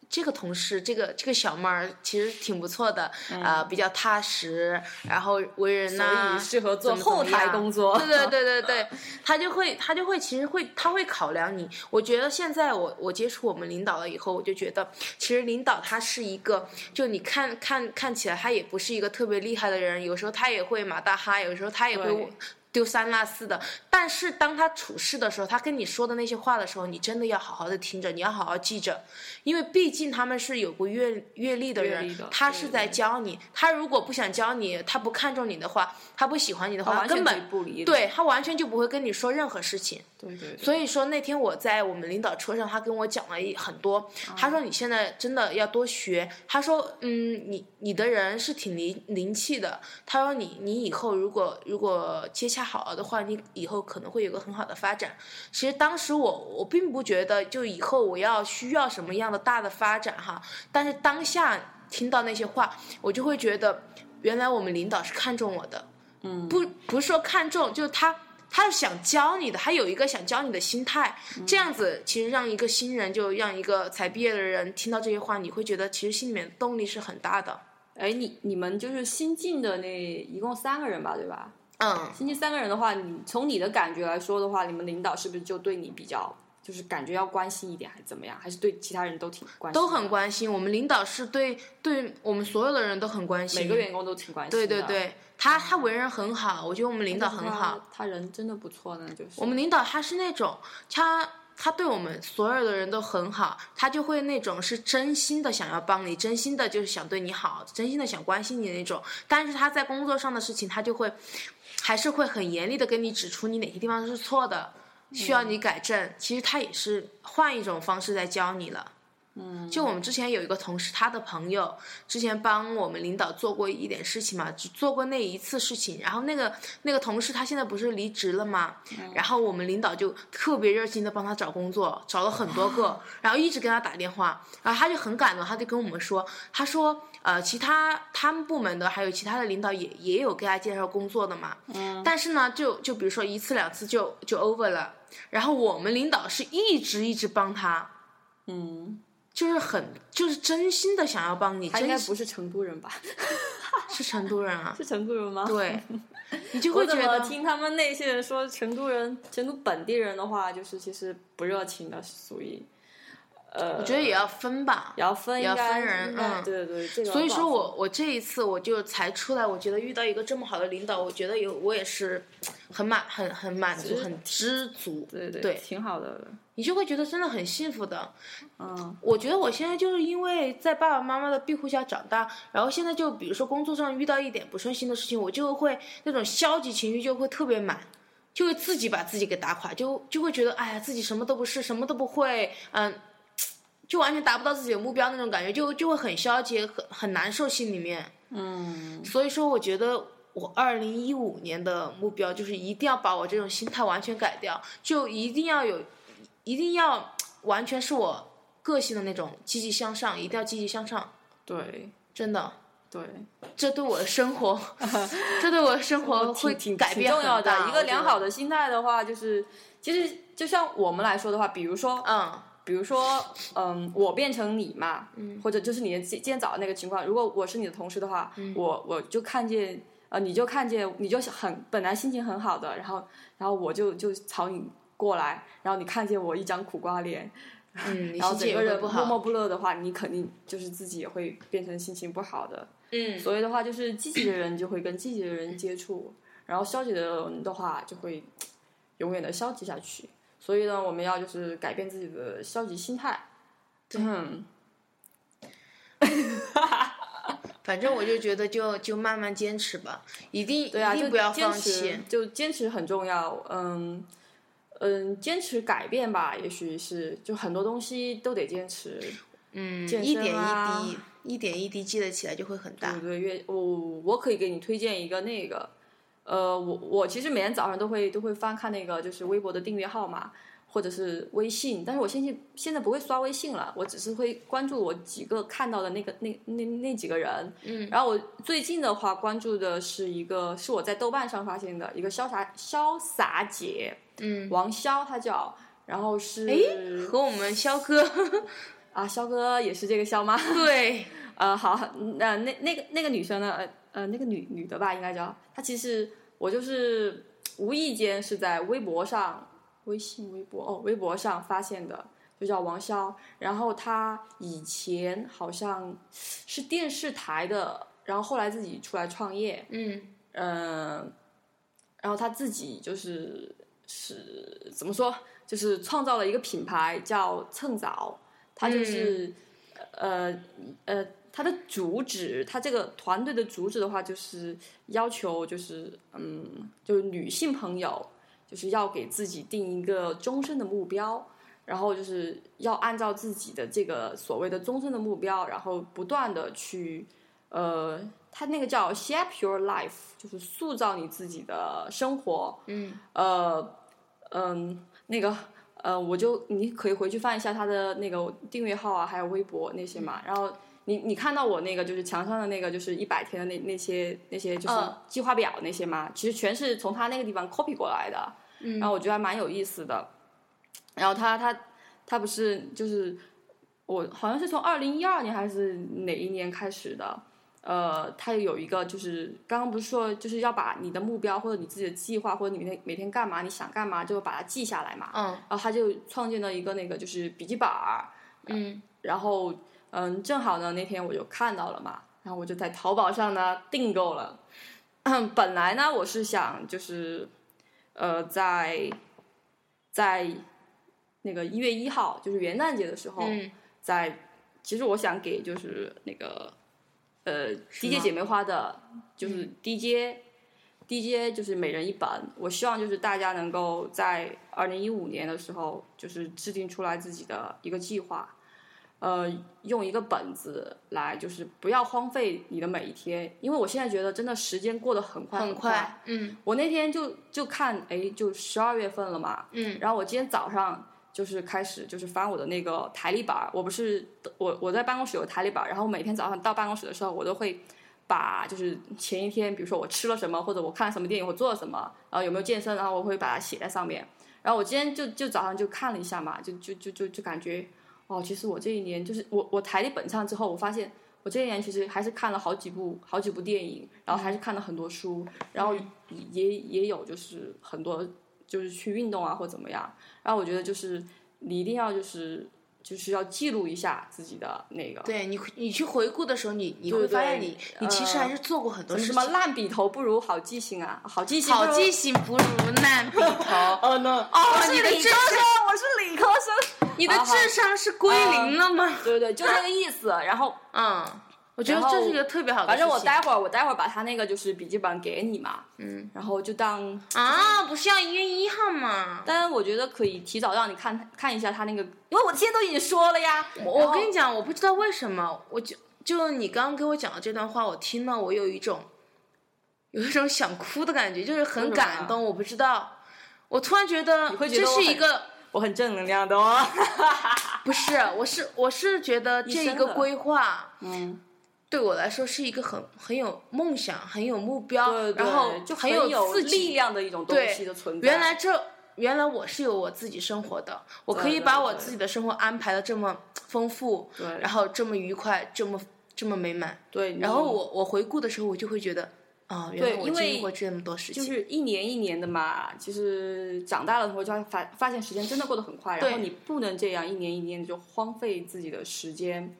[SPEAKER 2] 这个同事，这个这个小妹儿其实挺不错的，啊，比较踏实，然后为人
[SPEAKER 3] 嗯所
[SPEAKER 2] 呐、
[SPEAKER 3] 以适合做
[SPEAKER 2] 怎么怎么
[SPEAKER 3] 后台
[SPEAKER 2] 样
[SPEAKER 3] 工作。
[SPEAKER 2] 对对 对对对，他就会他就会其实会他会考量你。我觉得现在我我接触我们领导了以后，我就觉得其实领导他是一个，就你看看看起来他也不是一个特别厉害的人，有时候他也会马大哈，有时候他也
[SPEAKER 3] 对
[SPEAKER 2] 会。丢三落四的，但是当他处事的时候，他跟你说的那些话的时候，你真的要好好的听着，你要好好记着，因为毕竟他们是有过阅阅历的
[SPEAKER 3] 阅
[SPEAKER 2] 人，
[SPEAKER 3] 历的
[SPEAKER 2] 他
[SPEAKER 3] 对
[SPEAKER 2] 是在
[SPEAKER 3] 对
[SPEAKER 2] 教你。他如果不想教你，他不看重你的话，他不喜欢你的话，
[SPEAKER 3] 完全
[SPEAKER 2] 根
[SPEAKER 3] 可以
[SPEAKER 2] 本
[SPEAKER 3] 不理你
[SPEAKER 2] 对他完全就不会跟你说任何事情。
[SPEAKER 3] 对对对，
[SPEAKER 2] 所以说那天我在我们领导车上，他跟我讲了一很多，他说你现在真的要多学。他说，嗯，你你的人是挺灵灵气的。他说你你以后如果如果接洽好了的话，你以后可能会有个很好的发展。其实当时我我并不觉得就以后我要需要什么样的大的发展哈，但是当下听到那些话，我就会觉得原来我们领导是看重我的。不不是说看重，就是他他是想教你的，他有一个想教你的心态。这样子其实让一个新人，就让一个才毕业的人听到这些话，你会觉得其实心里面动力是很大的。
[SPEAKER 3] 哎，你你们就是新进的那一共三个人吧，对吧？
[SPEAKER 2] 嗯，
[SPEAKER 3] 星期三个人的话，你从你的感觉来说的话，你们领导是不是就对你比较，就是感觉要关心一点，还是怎么样？还是对其他人都挺关心的？
[SPEAKER 2] 都很关心。我们领导是对对我们所有的人都很关心，
[SPEAKER 3] 每个员工都挺关心
[SPEAKER 2] 对
[SPEAKER 3] 的。
[SPEAKER 2] 对，对，他他为人很好，我觉得我们领导很好。
[SPEAKER 3] 他，他人真的不错呢，就是
[SPEAKER 2] 我们领导他是那种他。他对我们所有的人都很好，他就会那种是真心的想要帮你，真心的就是想对你好，真心的想关心你的那种。但是他在工作上的事情，他就会还是会很严厉的跟你指出你哪些地方是错的，需要你改正。其实他也是换一种方式在教你了。就我们之前有一个同事，他的朋友之前帮我们领导做过一点事情嘛，只做过那一次事情。然后那个那个同事他现在不是离职了嘛，然后我们领导就特别热心的帮他找工作，找了很多个， 然后一直跟他打电话，然后他就很感动，他就跟我们说，他说呃，其他他们部门的还有其他的领导也也有给他介绍工作的嘛，
[SPEAKER 3] 嗯
[SPEAKER 2] 但是呢，就就比如说一次两次就就 over 了，然后我们领导是一直一直帮他。
[SPEAKER 3] 嗯，
[SPEAKER 2] 就是很就是真心的想要帮你，
[SPEAKER 3] 他应
[SPEAKER 2] 真
[SPEAKER 3] 该
[SPEAKER 2] 心
[SPEAKER 3] 不是成都人吧？
[SPEAKER 2] 是成都人啊，
[SPEAKER 3] 是成都人吗？，
[SPEAKER 2] 对，你就
[SPEAKER 3] 我
[SPEAKER 2] 会觉
[SPEAKER 3] 怎么
[SPEAKER 2] 得
[SPEAKER 3] 听他们那些人说成都人、成都本地人的话，就是其实不热情的，属于呃，
[SPEAKER 2] 我觉得也要分吧。
[SPEAKER 3] 也要分，
[SPEAKER 2] 也要
[SPEAKER 3] 应该
[SPEAKER 2] 分人
[SPEAKER 3] 应该
[SPEAKER 2] 嗯
[SPEAKER 3] 对对对，这个
[SPEAKER 2] 所以
[SPEAKER 3] 不好
[SPEAKER 2] 说我我这一次我就才出来，我觉得遇到一个这么好的领导，我觉得有我也是很满很很满足
[SPEAKER 3] 实
[SPEAKER 2] 很知足，
[SPEAKER 3] 对对
[SPEAKER 2] 对
[SPEAKER 3] 挺好的，
[SPEAKER 2] 你就会觉得真的很幸福的。
[SPEAKER 3] 嗯，
[SPEAKER 2] 我觉得我现在就是因为在爸爸妈妈的庇护下长大，然后现在就比如说工作上遇到一点不顺心的事情，我就会那种消极情绪就会特别满，就会自己把自己给打垮，就就会觉得哎呀自己什么都不是，什么都不会，嗯，就完全达不到自己的目标那种感觉，就就会很消极，很很难受心里面。
[SPEAKER 3] 嗯，
[SPEAKER 2] 所以说，我觉得我二零一五年的目标就是一定要把我这种心态完全改掉，就一定要有，一定要完全是我个性的那种积极向上，一定要积极向上，
[SPEAKER 3] 对
[SPEAKER 2] 真的，
[SPEAKER 3] 对，
[SPEAKER 2] 这对我的生 活，这对我的生活会
[SPEAKER 3] 挺
[SPEAKER 2] 改
[SPEAKER 3] 挺
[SPEAKER 2] 变
[SPEAKER 3] 重要
[SPEAKER 2] 很大
[SPEAKER 3] 的。一个良好，
[SPEAKER 2] 我
[SPEAKER 3] 的心态的话，就是其实就像我们来说的话，比如说
[SPEAKER 2] 觉得嗯，
[SPEAKER 3] 比如说，嗯，我变成你嘛，或者就是你的今今天早上那个情况，如果我是你的同事的话，我我就看见，呃，你就看见，你就是很本来心情很好的，然后然后我就就朝你过来，然后你看见我一张苦瓜脸，
[SPEAKER 2] 嗯，你
[SPEAKER 3] 然后
[SPEAKER 2] 心
[SPEAKER 3] 整
[SPEAKER 2] 情
[SPEAKER 3] 个
[SPEAKER 2] 也会
[SPEAKER 3] 人
[SPEAKER 2] 不
[SPEAKER 3] 默
[SPEAKER 2] 好，
[SPEAKER 3] 默不乐的话，你肯定就是自己也会变成心情不好的。
[SPEAKER 2] 嗯，
[SPEAKER 3] 所以的话，就是积极的人就会跟积极的人接触，然后消极的人的话就会永远的消极下去。所以呢，我们要就是改变自己的消极心态。嗯，
[SPEAKER 2] 反正我就觉得就就慢慢坚持吧，一定
[SPEAKER 3] 对啊，
[SPEAKER 2] 一
[SPEAKER 3] 就
[SPEAKER 2] 定不要
[SPEAKER 3] 坚
[SPEAKER 2] 放
[SPEAKER 3] 持
[SPEAKER 2] 弃，，
[SPEAKER 3] 就坚持很重要。嗯嗯，坚持改变吧，也许是就很多东西都得坚持。
[SPEAKER 2] 嗯，
[SPEAKER 3] 健
[SPEAKER 2] 一
[SPEAKER 3] 身
[SPEAKER 2] 点
[SPEAKER 3] 啊
[SPEAKER 2] 一滴，一点一滴积累起来就会很大
[SPEAKER 3] 对，对，越我我可以给你推荐一个那个，呃，我我其实每天早上都会都会翻看那个就是微博的订阅号嘛，或者是微信，但是我现在现在不会刷微信了，我只是会关注我几个看到的那个那那那几个人，嗯，然后我最近的话关注的是一个是我在豆瓣上发现的一个潇洒潇洒姐，嗯，王潇她叫，然后是
[SPEAKER 2] 和我们肖哥
[SPEAKER 3] 啊潇哥也是这个潇吗？
[SPEAKER 2] 对。
[SPEAKER 3] 呃，好，那那那个那个女生呢？呃呃，那个女女的吧，应该叫她。其实我就是无意间是在微博上、微信、微博哦，微博上发现的，就叫王潇。然后她以前好像是电视台的，然后后来自己出来创业，
[SPEAKER 2] 嗯
[SPEAKER 3] 嗯，然后他自己就是是怎么说，就是创造了一个品牌叫蹭早，他就是、呃呃，他的主旨，他这个团队的主旨的话，就是要求就是嗯，就是女性朋友就是要给自己定一个终身的目标。然后就是要按照自己的这个所谓的终身的目标，然后不断的去呃，它那个叫 shape your life，就是塑造你自己的生活。
[SPEAKER 2] 嗯
[SPEAKER 3] 呃，嗯，那个呃，我就你可以回去翻一下他的那个订阅号啊，还有微博那些
[SPEAKER 2] 嗯
[SPEAKER 3] 嘛。然后你你看到我那个就是墙上的那个就是一百天的那那些那些就是
[SPEAKER 2] 嗯
[SPEAKER 3] 计划表那些嘛，其实全是从他那个地方 copy 过来的。
[SPEAKER 2] 嗯
[SPEAKER 3] 然后我觉得还蛮有意思的。然后他他他不是就是我好像是从二零一二年还是哪一年开始的，呃，他有一个就是刚刚不是说就是要把你的目标或者你自己的计划或者你每天每天干嘛你想干嘛就把它记下来嘛，
[SPEAKER 2] 嗯
[SPEAKER 3] 然后他就创建了一个那个就是笔记本儿，呃
[SPEAKER 2] 嗯
[SPEAKER 3] 然后嗯，正好呢那天我就看到了嘛，然后我就在淘宝上呢订购了。嗯本来呢我是想就是呃在在那个一月一号，就是元旦节的时候，
[SPEAKER 2] 嗯
[SPEAKER 3] 在其实我想给就是那个呃
[SPEAKER 2] 是
[SPEAKER 3] DJ
[SPEAKER 2] 吗嗯
[SPEAKER 3] 姐妹花的，就是 DJ、DJ 就是每人一本。我希望就是大家能够在二零一五年的时候，就是制定出来自己的一个计划，呃，用一个本子来，就是不要荒废你的每一天，因为我现在觉得真的时间过得很快
[SPEAKER 2] 很
[SPEAKER 3] 快。
[SPEAKER 2] 快，嗯
[SPEAKER 3] 我那天就就看，哎，就十二月份了嘛，
[SPEAKER 2] 嗯
[SPEAKER 3] 然后我今天早上就是开始就是翻我的那个台历板儿，我不是我我在办公室有台历板儿，然后每天早上到办公室的时候，我都会把就是前一天，比如说我吃了什么，或者我看了什么电影，我做了什么，然后有没有健身，然后我会把它写在上面。然后我今天就就早上就看了一下嘛，就就就就就感觉，哦，其实我这一年就是我我台历本上之后，我发现我这一年其实还是看了好几部好几部电影，然后还是看了很多书，然后也也有就是很多就是去运动啊或怎么样。然后我觉得就是你一定要就是就是要记录一下自己的那个
[SPEAKER 2] 对你，你去回顾的时候，你你会
[SPEAKER 3] 对对
[SPEAKER 2] 发现你你其实
[SPEAKER 3] 呃
[SPEAKER 2] 还是做过很多事
[SPEAKER 3] 什
[SPEAKER 2] 情
[SPEAKER 3] 么。烂笔头不如好记性啊，好记性不
[SPEAKER 2] 好
[SPEAKER 3] 如
[SPEAKER 2] 记性不如烂笔头。
[SPEAKER 3] 哦 no 哦，
[SPEAKER 2] 哦
[SPEAKER 3] 我是
[SPEAKER 2] 你的
[SPEAKER 3] 理科
[SPEAKER 2] 智商
[SPEAKER 3] 生，我是理科生，
[SPEAKER 2] 你的
[SPEAKER 3] 好好嗯
[SPEAKER 2] 智商是归零了吗？
[SPEAKER 3] 对对，就这个意思。然后
[SPEAKER 2] 嗯，我觉得
[SPEAKER 3] 然后
[SPEAKER 2] 这是一个特别好的
[SPEAKER 3] 反正我
[SPEAKER 2] 事情
[SPEAKER 3] 待会儿我待会儿把他那个就是笔记本给你嘛，嗯，然后就当，
[SPEAKER 2] 啊，不是要一月一号吗？
[SPEAKER 3] 但我觉得可以提早让你看看一下他那个，因为我现在都已经说了呀，
[SPEAKER 2] 我我
[SPEAKER 3] 然后
[SPEAKER 2] 跟你讲，我不知道为什么，我就就你刚刚给我讲的这段话，我听了我有一种有一种想哭的感觉，就是很
[SPEAKER 3] 为什么
[SPEAKER 2] 感动。我不知道，我突然觉得
[SPEAKER 3] 你会觉
[SPEAKER 2] 这
[SPEAKER 3] 得
[SPEAKER 2] 是
[SPEAKER 3] 我
[SPEAKER 2] 一
[SPEAKER 3] 很
[SPEAKER 2] 个
[SPEAKER 3] 我很正能量的哦，
[SPEAKER 2] 不是，我是我是觉得这一
[SPEAKER 3] 生
[SPEAKER 2] 个
[SPEAKER 3] 的
[SPEAKER 2] 规划
[SPEAKER 3] 嗯，
[SPEAKER 2] 对我来说是一个很很有梦想、很有目标，
[SPEAKER 3] 对对，
[SPEAKER 2] 然后
[SPEAKER 3] 就
[SPEAKER 2] 很
[SPEAKER 3] 很有
[SPEAKER 2] 自己
[SPEAKER 3] 力量的一种东
[SPEAKER 2] 对
[SPEAKER 3] 西的存在。
[SPEAKER 2] 原来这原来我是有我自己生活的，我可以
[SPEAKER 3] 对
[SPEAKER 2] 把我
[SPEAKER 3] 对
[SPEAKER 2] 自己的生活安排的这么丰富，
[SPEAKER 3] 对
[SPEAKER 2] 然后这么愉快，这么这么美满。
[SPEAKER 3] 对，
[SPEAKER 2] 然后
[SPEAKER 3] 你
[SPEAKER 2] 我我回顾的时候，我就会觉得，啊、原来
[SPEAKER 3] 对
[SPEAKER 2] 我
[SPEAKER 3] 因
[SPEAKER 2] 经历
[SPEAKER 3] 为
[SPEAKER 2] 过这么多事
[SPEAKER 3] 就
[SPEAKER 2] 情。
[SPEAKER 3] 是一年一年的嘛，就是长大了以后就发发现时间真的过得很快，然后
[SPEAKER 2] 对
[SPEAKER 3] 你不能这样一年一年就荒废自己的时间，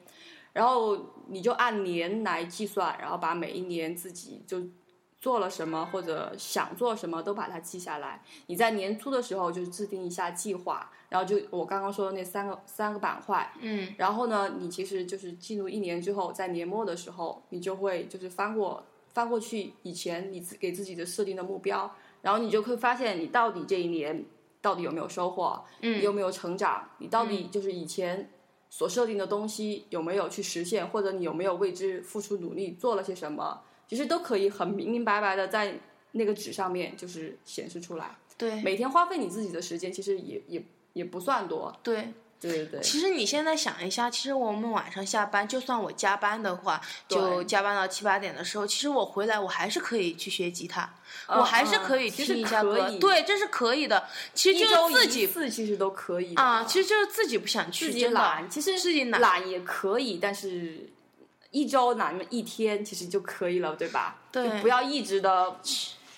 [SPEAKER 3] 然后你就按年来计算，然后把每一年自己就做了什么或者想做什么都把它记下来。你在年初的时候就制定一下计划，然后就我刚刚说的那三个三个板块，
[SPEAKER 2] 嗯，
[SPEAKER 3] 然后呢，你其实就是进入一年之后，在年末的时候，你就会就是翻过翻过去以前你自给自己的设定的目标，然后你就会发现你到底这一年到底有没有收获，
[SPEAKER 2] 嗯
[SPEAKER 3] 你有没有成长，你到底就是以前所设定的东西有没有去实现，或者你有没有为之付出努力，做了些什么，其实都可以很明明白白的在那个纸上面就是显示出来。
[SPEAKER 2] 对
[SPEAKER 3] 每天花费你自己的时间，其实也也也不算多。
[SPEAKER 2] 对。
[SPEAKER 3] 对对对。
[SPEAKER 2] 其实你现在想一下，其实我们晚上下班，就算我加班的话，就
[SPEAKER 3] 对
[SPEAKER 2] 加班到七八点的时候，其实我回来我还是可以去学吉他，我还是可以
[SPEAKER 3] 嗯其
[SPEAKER 2] 听
[SPEAKER 3] 实
[SPEAKER 2] 一下
[SPEAKER 3] 可
[SPEAKER 2] 歌，
[SPEAKER 3] 以
[SPEAKER 2] 对，这是可以的。其实
[SPEAKER 3] 一
[SPEAKER 2] 就
[SPEAKER 3] 周
[SPEAKER 2] 是自
[SPEAKER 3] 一
[SPEAKER 2] 己
[SPEAKER 3] 次其实都可以的
[SPEAKER 2] 啊，其实就是自己不想去，
[SPEAKER 3] 自己
[SPEAKER 2] 真的
[SPEAKER 3] 懒，其实
[SPEAKER 2] 自己懒
[SPEAKER 3] 懒也可以，但是一周懒一天其实就可以了，对吧？
[SPEAKER 2] 对
[SPEAKER 3] 就不要一直的，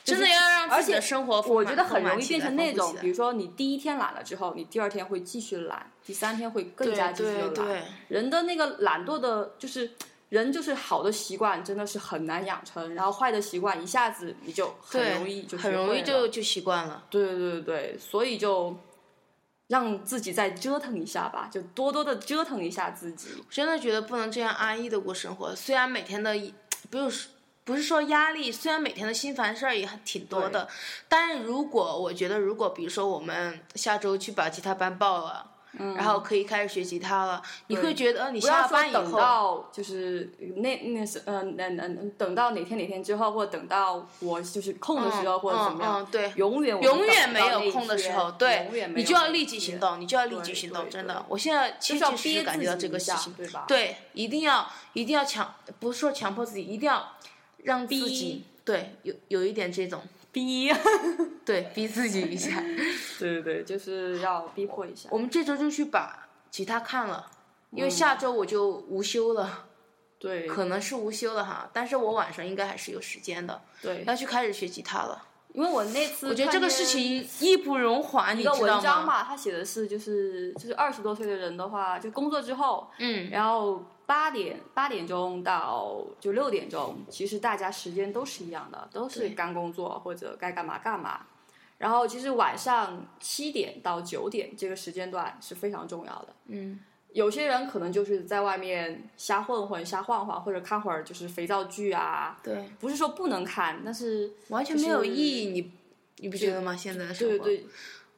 [SPEAKER 2] 真的要让
[SPEAKER 3] 而
[SPEAKER 2] 自己的
[SPEAKER 3] 且
[SPEAKER 2] 生活丰
[SPEAKER 3] 我
[SPEAKER 2] 满，
[SPEAKER 3] 觉得很
[SPEAKER 2] 丰满
[SPEAKER 3] 容易
[SPEAKER 2] 起
[SPEAKER 3] 变
[SPEAKER 2] 来
[SPEAKER 3] 成那
[SPEAKER 2] 丰富
[SPEAKER 3] 种
[SPEAKER 2] 起，来
[SPEAKER 3] 比如说你第一天懒了之后，你第二天会继续懒，第三天会更加继续
[SPEAKER 2] 对
[SPEAKER 3] 地
[SPEAKER 2] 对
[SPEAKER 3] 懒
[SPEAKER 2] 对。
[SPEAKER 3] 人的那个懒惰的，就是人就是好的习惯真的是很难养成，然后坏的习惯一下子你就很
[SPEAKER 2] 对，
[SPEAKER 3] 容易就
[SPEAKER 2] 很
[SPEAKER 3] 学
[SPEAKER 2] 容
[SPEAKER 3] 会
[SPEAKER 2] 易
[SPEAKER 3] 了
[SPEAKER 2] 就就习惯了。
[SPEAKER 3] 对对对对，所以就让自己再折腾一下吧，就多多的折腾一下自己。
[SPEAKER 2] 真的觉得不能这样安逸的过生活，虽然每天的不是不是说压力，虽然每天的心烦事儿也还挺多的，但是如果我觉得，如果比如说我们下周去把吉他班报了。然后可以开始学吉他了，你会觉得你
[SPEAKER 3] 嗯不要
[SPEAKER 2] 下
[SPEAKER 3] 说
[SPEAKER 2] 班以
[SPEAKER 3] 等
[SPEAKER 2] 后，
[SPEAKER 3] 到就是那那是呃那那那等到哪天哪天之后，或者等到我就是空的时候，
[SPEAKER 2] 嗯
[SPEAKER 3] 或者怎么
[SPEAKER 2] 嗯
[SPEAKER 3] 样，
[SPEAKER 2] 嗯对
[SPEAKER 3] 永远我
[SPEAKER 2] 永
[SPEAKER 3] 都
[SPEAKER 2] 远
[SPEAKER 3] 等
[SPEAKER 2] 没
[SPEAKER 3] 不到那
[SPEAKER 2] 有
[SPEAKER 3] 一
[SPEAKER 2] 空的时
[SPEAKER 3] 天
[SPEAKER 2] 候，对
[SPEAKER 3] 永远，没
[SPEAKER 2] 你
[SPEAKER 3] 有
[SPEAKER 2] 就要
[SPEAKER 3] 那一
[SPEAKER 2] 立即行
[SPEAKER 3] 天，
[SPEAKER 2] 动，你就要立即
[SPEAKER 3] 对
[SPEAKER 2] 行
[SPEAKER 3] 对
[SPEAKER 2] 动，真的
[SPEAKER 3] 对，
[SPEAKER 2] 我现在
[SPEAKER 3] 就
[SPEAKER 2] 切
[SPEAKER 3] 是要
[SPEAKER 2] 切实
[SPEAKER 3] 憋
[SPEAKER 2] 实感觉到
[SPEAKER 3] 自己
[SPEAKER 2] 这个
[SPEAKER 3] 一
[SPEAKER 2] 事
[SPEAKER 3] 下
[SPEAKER 2] 情，
[SPEAKER 3] 对吧？
[SPEAKER 2] 对，一定要一定要强，不是说强迫自己，一定要让自
[SPEAKER 3] 逼
[SPEAKER 2] 己对有有一点这种
[SPEAKER 3] 逼，
[SPEAKER 2] 对逼自己一 下。
[SPEAKER 3] 对对对，就是要逼迫一下。
[SPEAKER 2] 我们这周就去把吉他看了，因为下周我就无休了，
[SPEAKER 3] 对
[SPEAKER 2] 可能是无休了哈，但是我晚上应该还是有时间的，
[SPEAKER 3] 对，
[SPEAKER 2] 要去开始学吉他了。
[SPEAKER 3] 因为我那次
[SPEAKER 2] 我觉得这
[SPEAKER 3] 看
[SPEAKER 2] 个
[SPEAKER 3] 见
[SPEAKER 2] 事情义不容缓，你
[SPEAKER 3] 一个
[SPEAKER 2] 知道
[SPEAKER 3] 文章
[SPEAKER 2] 吗？
[SPEAKER 3] 吧，他写的是就是就是二十多岁的人的话，就工作之后，
[SPEAKER 2] 嗯，
[SPEAKER 3] 然后八点八点钟到就六点钟，其实大家时间都是一样的，都是
[SPEAKER 2] 对
[SPEAKER 3] 干工作或者该干嘛干嘛。然后其实晚上七点到九点这个时间段是非常重要的。
[SPEAKER 2] 嗯，
[SPEAKER 3] 有些人可能就是在外面瞎混混、瞎晃晃，或者看会儿就是肥皂剧啊，
[SPEAKER 2] 对，
[SPEAKER 3] 不是说不能看，但是
[SPEAKER 2] 完全
[SPEAKER 3] 就
[SPEAKER 2] 没有
[SPEAKER 3] 是
[SPEAKER 2] 意义，你你不觉得吗？现在的生活
[SPEAKER 3] 对，对，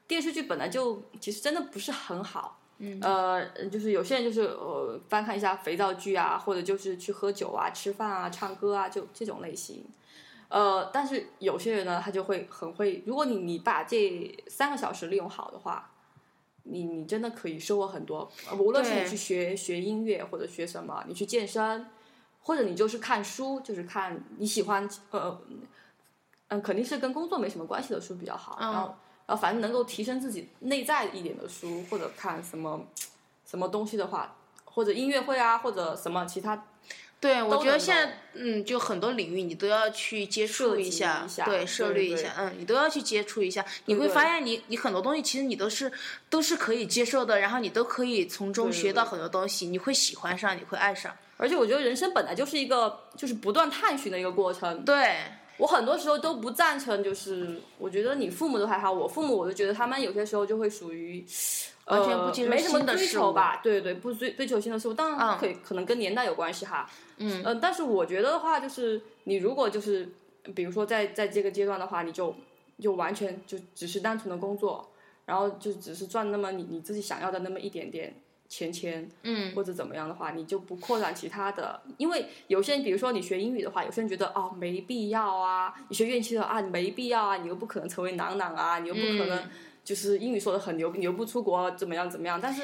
[SPEAKER 3] 电视剧本来就其实真的不是很好。嗯，呃，就是有些人就是呃翻看一下肥皂剧啊，或者就是去喝酒啊、吃饭啊、唱歌啊，就这种类型。呃，但是有些人呢，他就会很会，如果你你把这三个小时利用好的话，你你真的可以收获很多。呃无论是
[SPEAKER 2] 对
[SPEAKER 3] 你去学学音乐或者学什么，你去健身，或者你就是看书，就是看你喜欢呃嗯，肯定是跟工作没什么关系的书比较好。
[SPEAKER 2] 嗯
[SPEAKER 3] 然后，然后反正能够提升自己内在一点的书，或者看什么什么东西的话，或者音乐会啊，或者什么其他
[SPEAKER 2] 对，我
[SPEAKER 3] 都
[SPEAKER 2] 觉得
[SPEAKER 3] 能
[SPEAKER 2] 现
[SPEAKER 3] 够
[SPEAKER 2] 在嗯，就很多领域你都要去接触
[SPEAKER 3] 涉
[SPEAKER 2] 一
[SPEAKER 3] 及
[SPEAKER 2] 下，
[SPEAKER 3] 一下
[SPEAKER 2] 对，涉
[SPEAKER 3] 对
[SPEAKER 2] 猎一
[SPEAKER 3] 对
[SPEAKER 2] 下，嗯，你都要去接触一下，你会
[SPEAKER 3] 对
[SPEAKER 2] 发现你你很多东西其实你都是都是可以接受的，然后你都可以从中
[SPEAKER 3] 对
[SPEAKER 2] 学
[SPEAKER 3] 对
[SPEAKER 2] 到很多东西，你会喜欢上，你会爱上，
[SPEAKER 3] 而且我觉得人生本来就是一个就是不断探寻的一个过程。
[SPEAKER 2] 对，
[SPEAKER 3] 我很多时候都不赞成，就是我觉得你父母都还好，我父母我就觉得他们有些时候就会属于。呃
[SPEAKER 2] 完全不接受
[SPEAKER 3] 没什么
[SPEAKER 2] 新的
[SPEAKER 3] 追
[SPEAKER 2] 事物
[SPEAKER 3] 求吧，对对，不追追求新的事物，当
[SPEAKER 2] 嗯
[SPEAKER 3] 然可以、可能跟年代有关系哈，
[SPEAKER 2] 嗯
[SPEAKER 3] 呃，但是我觉得的话，就是你如果就是比如说在在这个阶段的话，你就就完全就只是单纯的工作，然后就只是赚那么你你自己想要的那么一点点钱钱，
[SPEAKER 2] 嗯，
[SPEAKER 3] 或者怎么样的话，你就不扩展其他的，因为有些人，比如说你学英语的话，有些人觉得哦没必要啊，你学乐器的啊你没必要啊，你又不可能成为囊囊啊，你又不可能
[SPEAKER 2] 嗯
[SPEAKER 3] 就是英语说的很牛，逼，你又不出国怎么样怎么样，但是。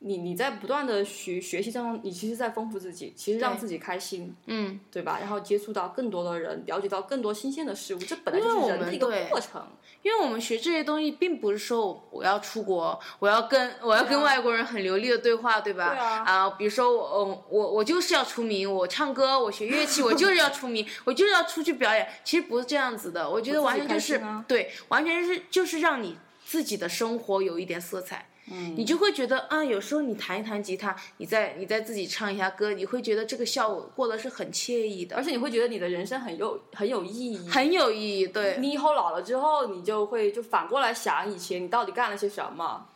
[SPEAKER 3] 你你在不断的学学习当中，你其实在丰富自己，其实让
[SPEAKER 2] 对
[SPEAKER 3] 自己开心，
[SPEAKER 2] 嗯，
[SPEAKER 3] 对吧？然后接触到更多的人，了解到更多新鲜的事物，这本来就
[SPEAKER 2] 因为我
[SPEAKER 3] 是人
[SPEAKER 2] 们
[SPEAKER 3] 的一个
[SPEAKER 2] 对
[SPEAKER 3] 过程。
[SPEAKER 2] 因为我们学这些东西，并不是说我要出国，我要跟我要跟外国人很流利的对话，对吧？
[SPEAKER 3] 对啊
[SPEAKER 2] 比如说我嗯我我就是要出名，我唱歌，我学乐器，我就是要出名，我就是要出去表演。其实不是这样子的，我觉得
[SPEAKER 3] 我
[SPEAKER 2] 完
[SPEAKER 3] 自
[SPEAKER 2] 全
[SPEAKER 3] 己
[SPEAKER 2] 就
[SPEAKER 3] 开
[SPEAKER 2] 是、
[SPEAKER 3] 心啊
[SPEAKER 2] 对，完全是就是让你自己的生活有一点色彩。
[SPEAKER 3] 嗯
[SPEAKER 2] 你就会觉得啊，有时候你弹一弹吉他，你再你再自己唱一下歌，你会觉得这个效果过得是很惬意的
[SPEAKER 3] 而，且你会觉得你的人生很有很有意义，
[SPEAKER 2] 很有意义。对，
[SPEAKER 3] 你以后老了之后，你就会就反过来想以前你到底干了些什么，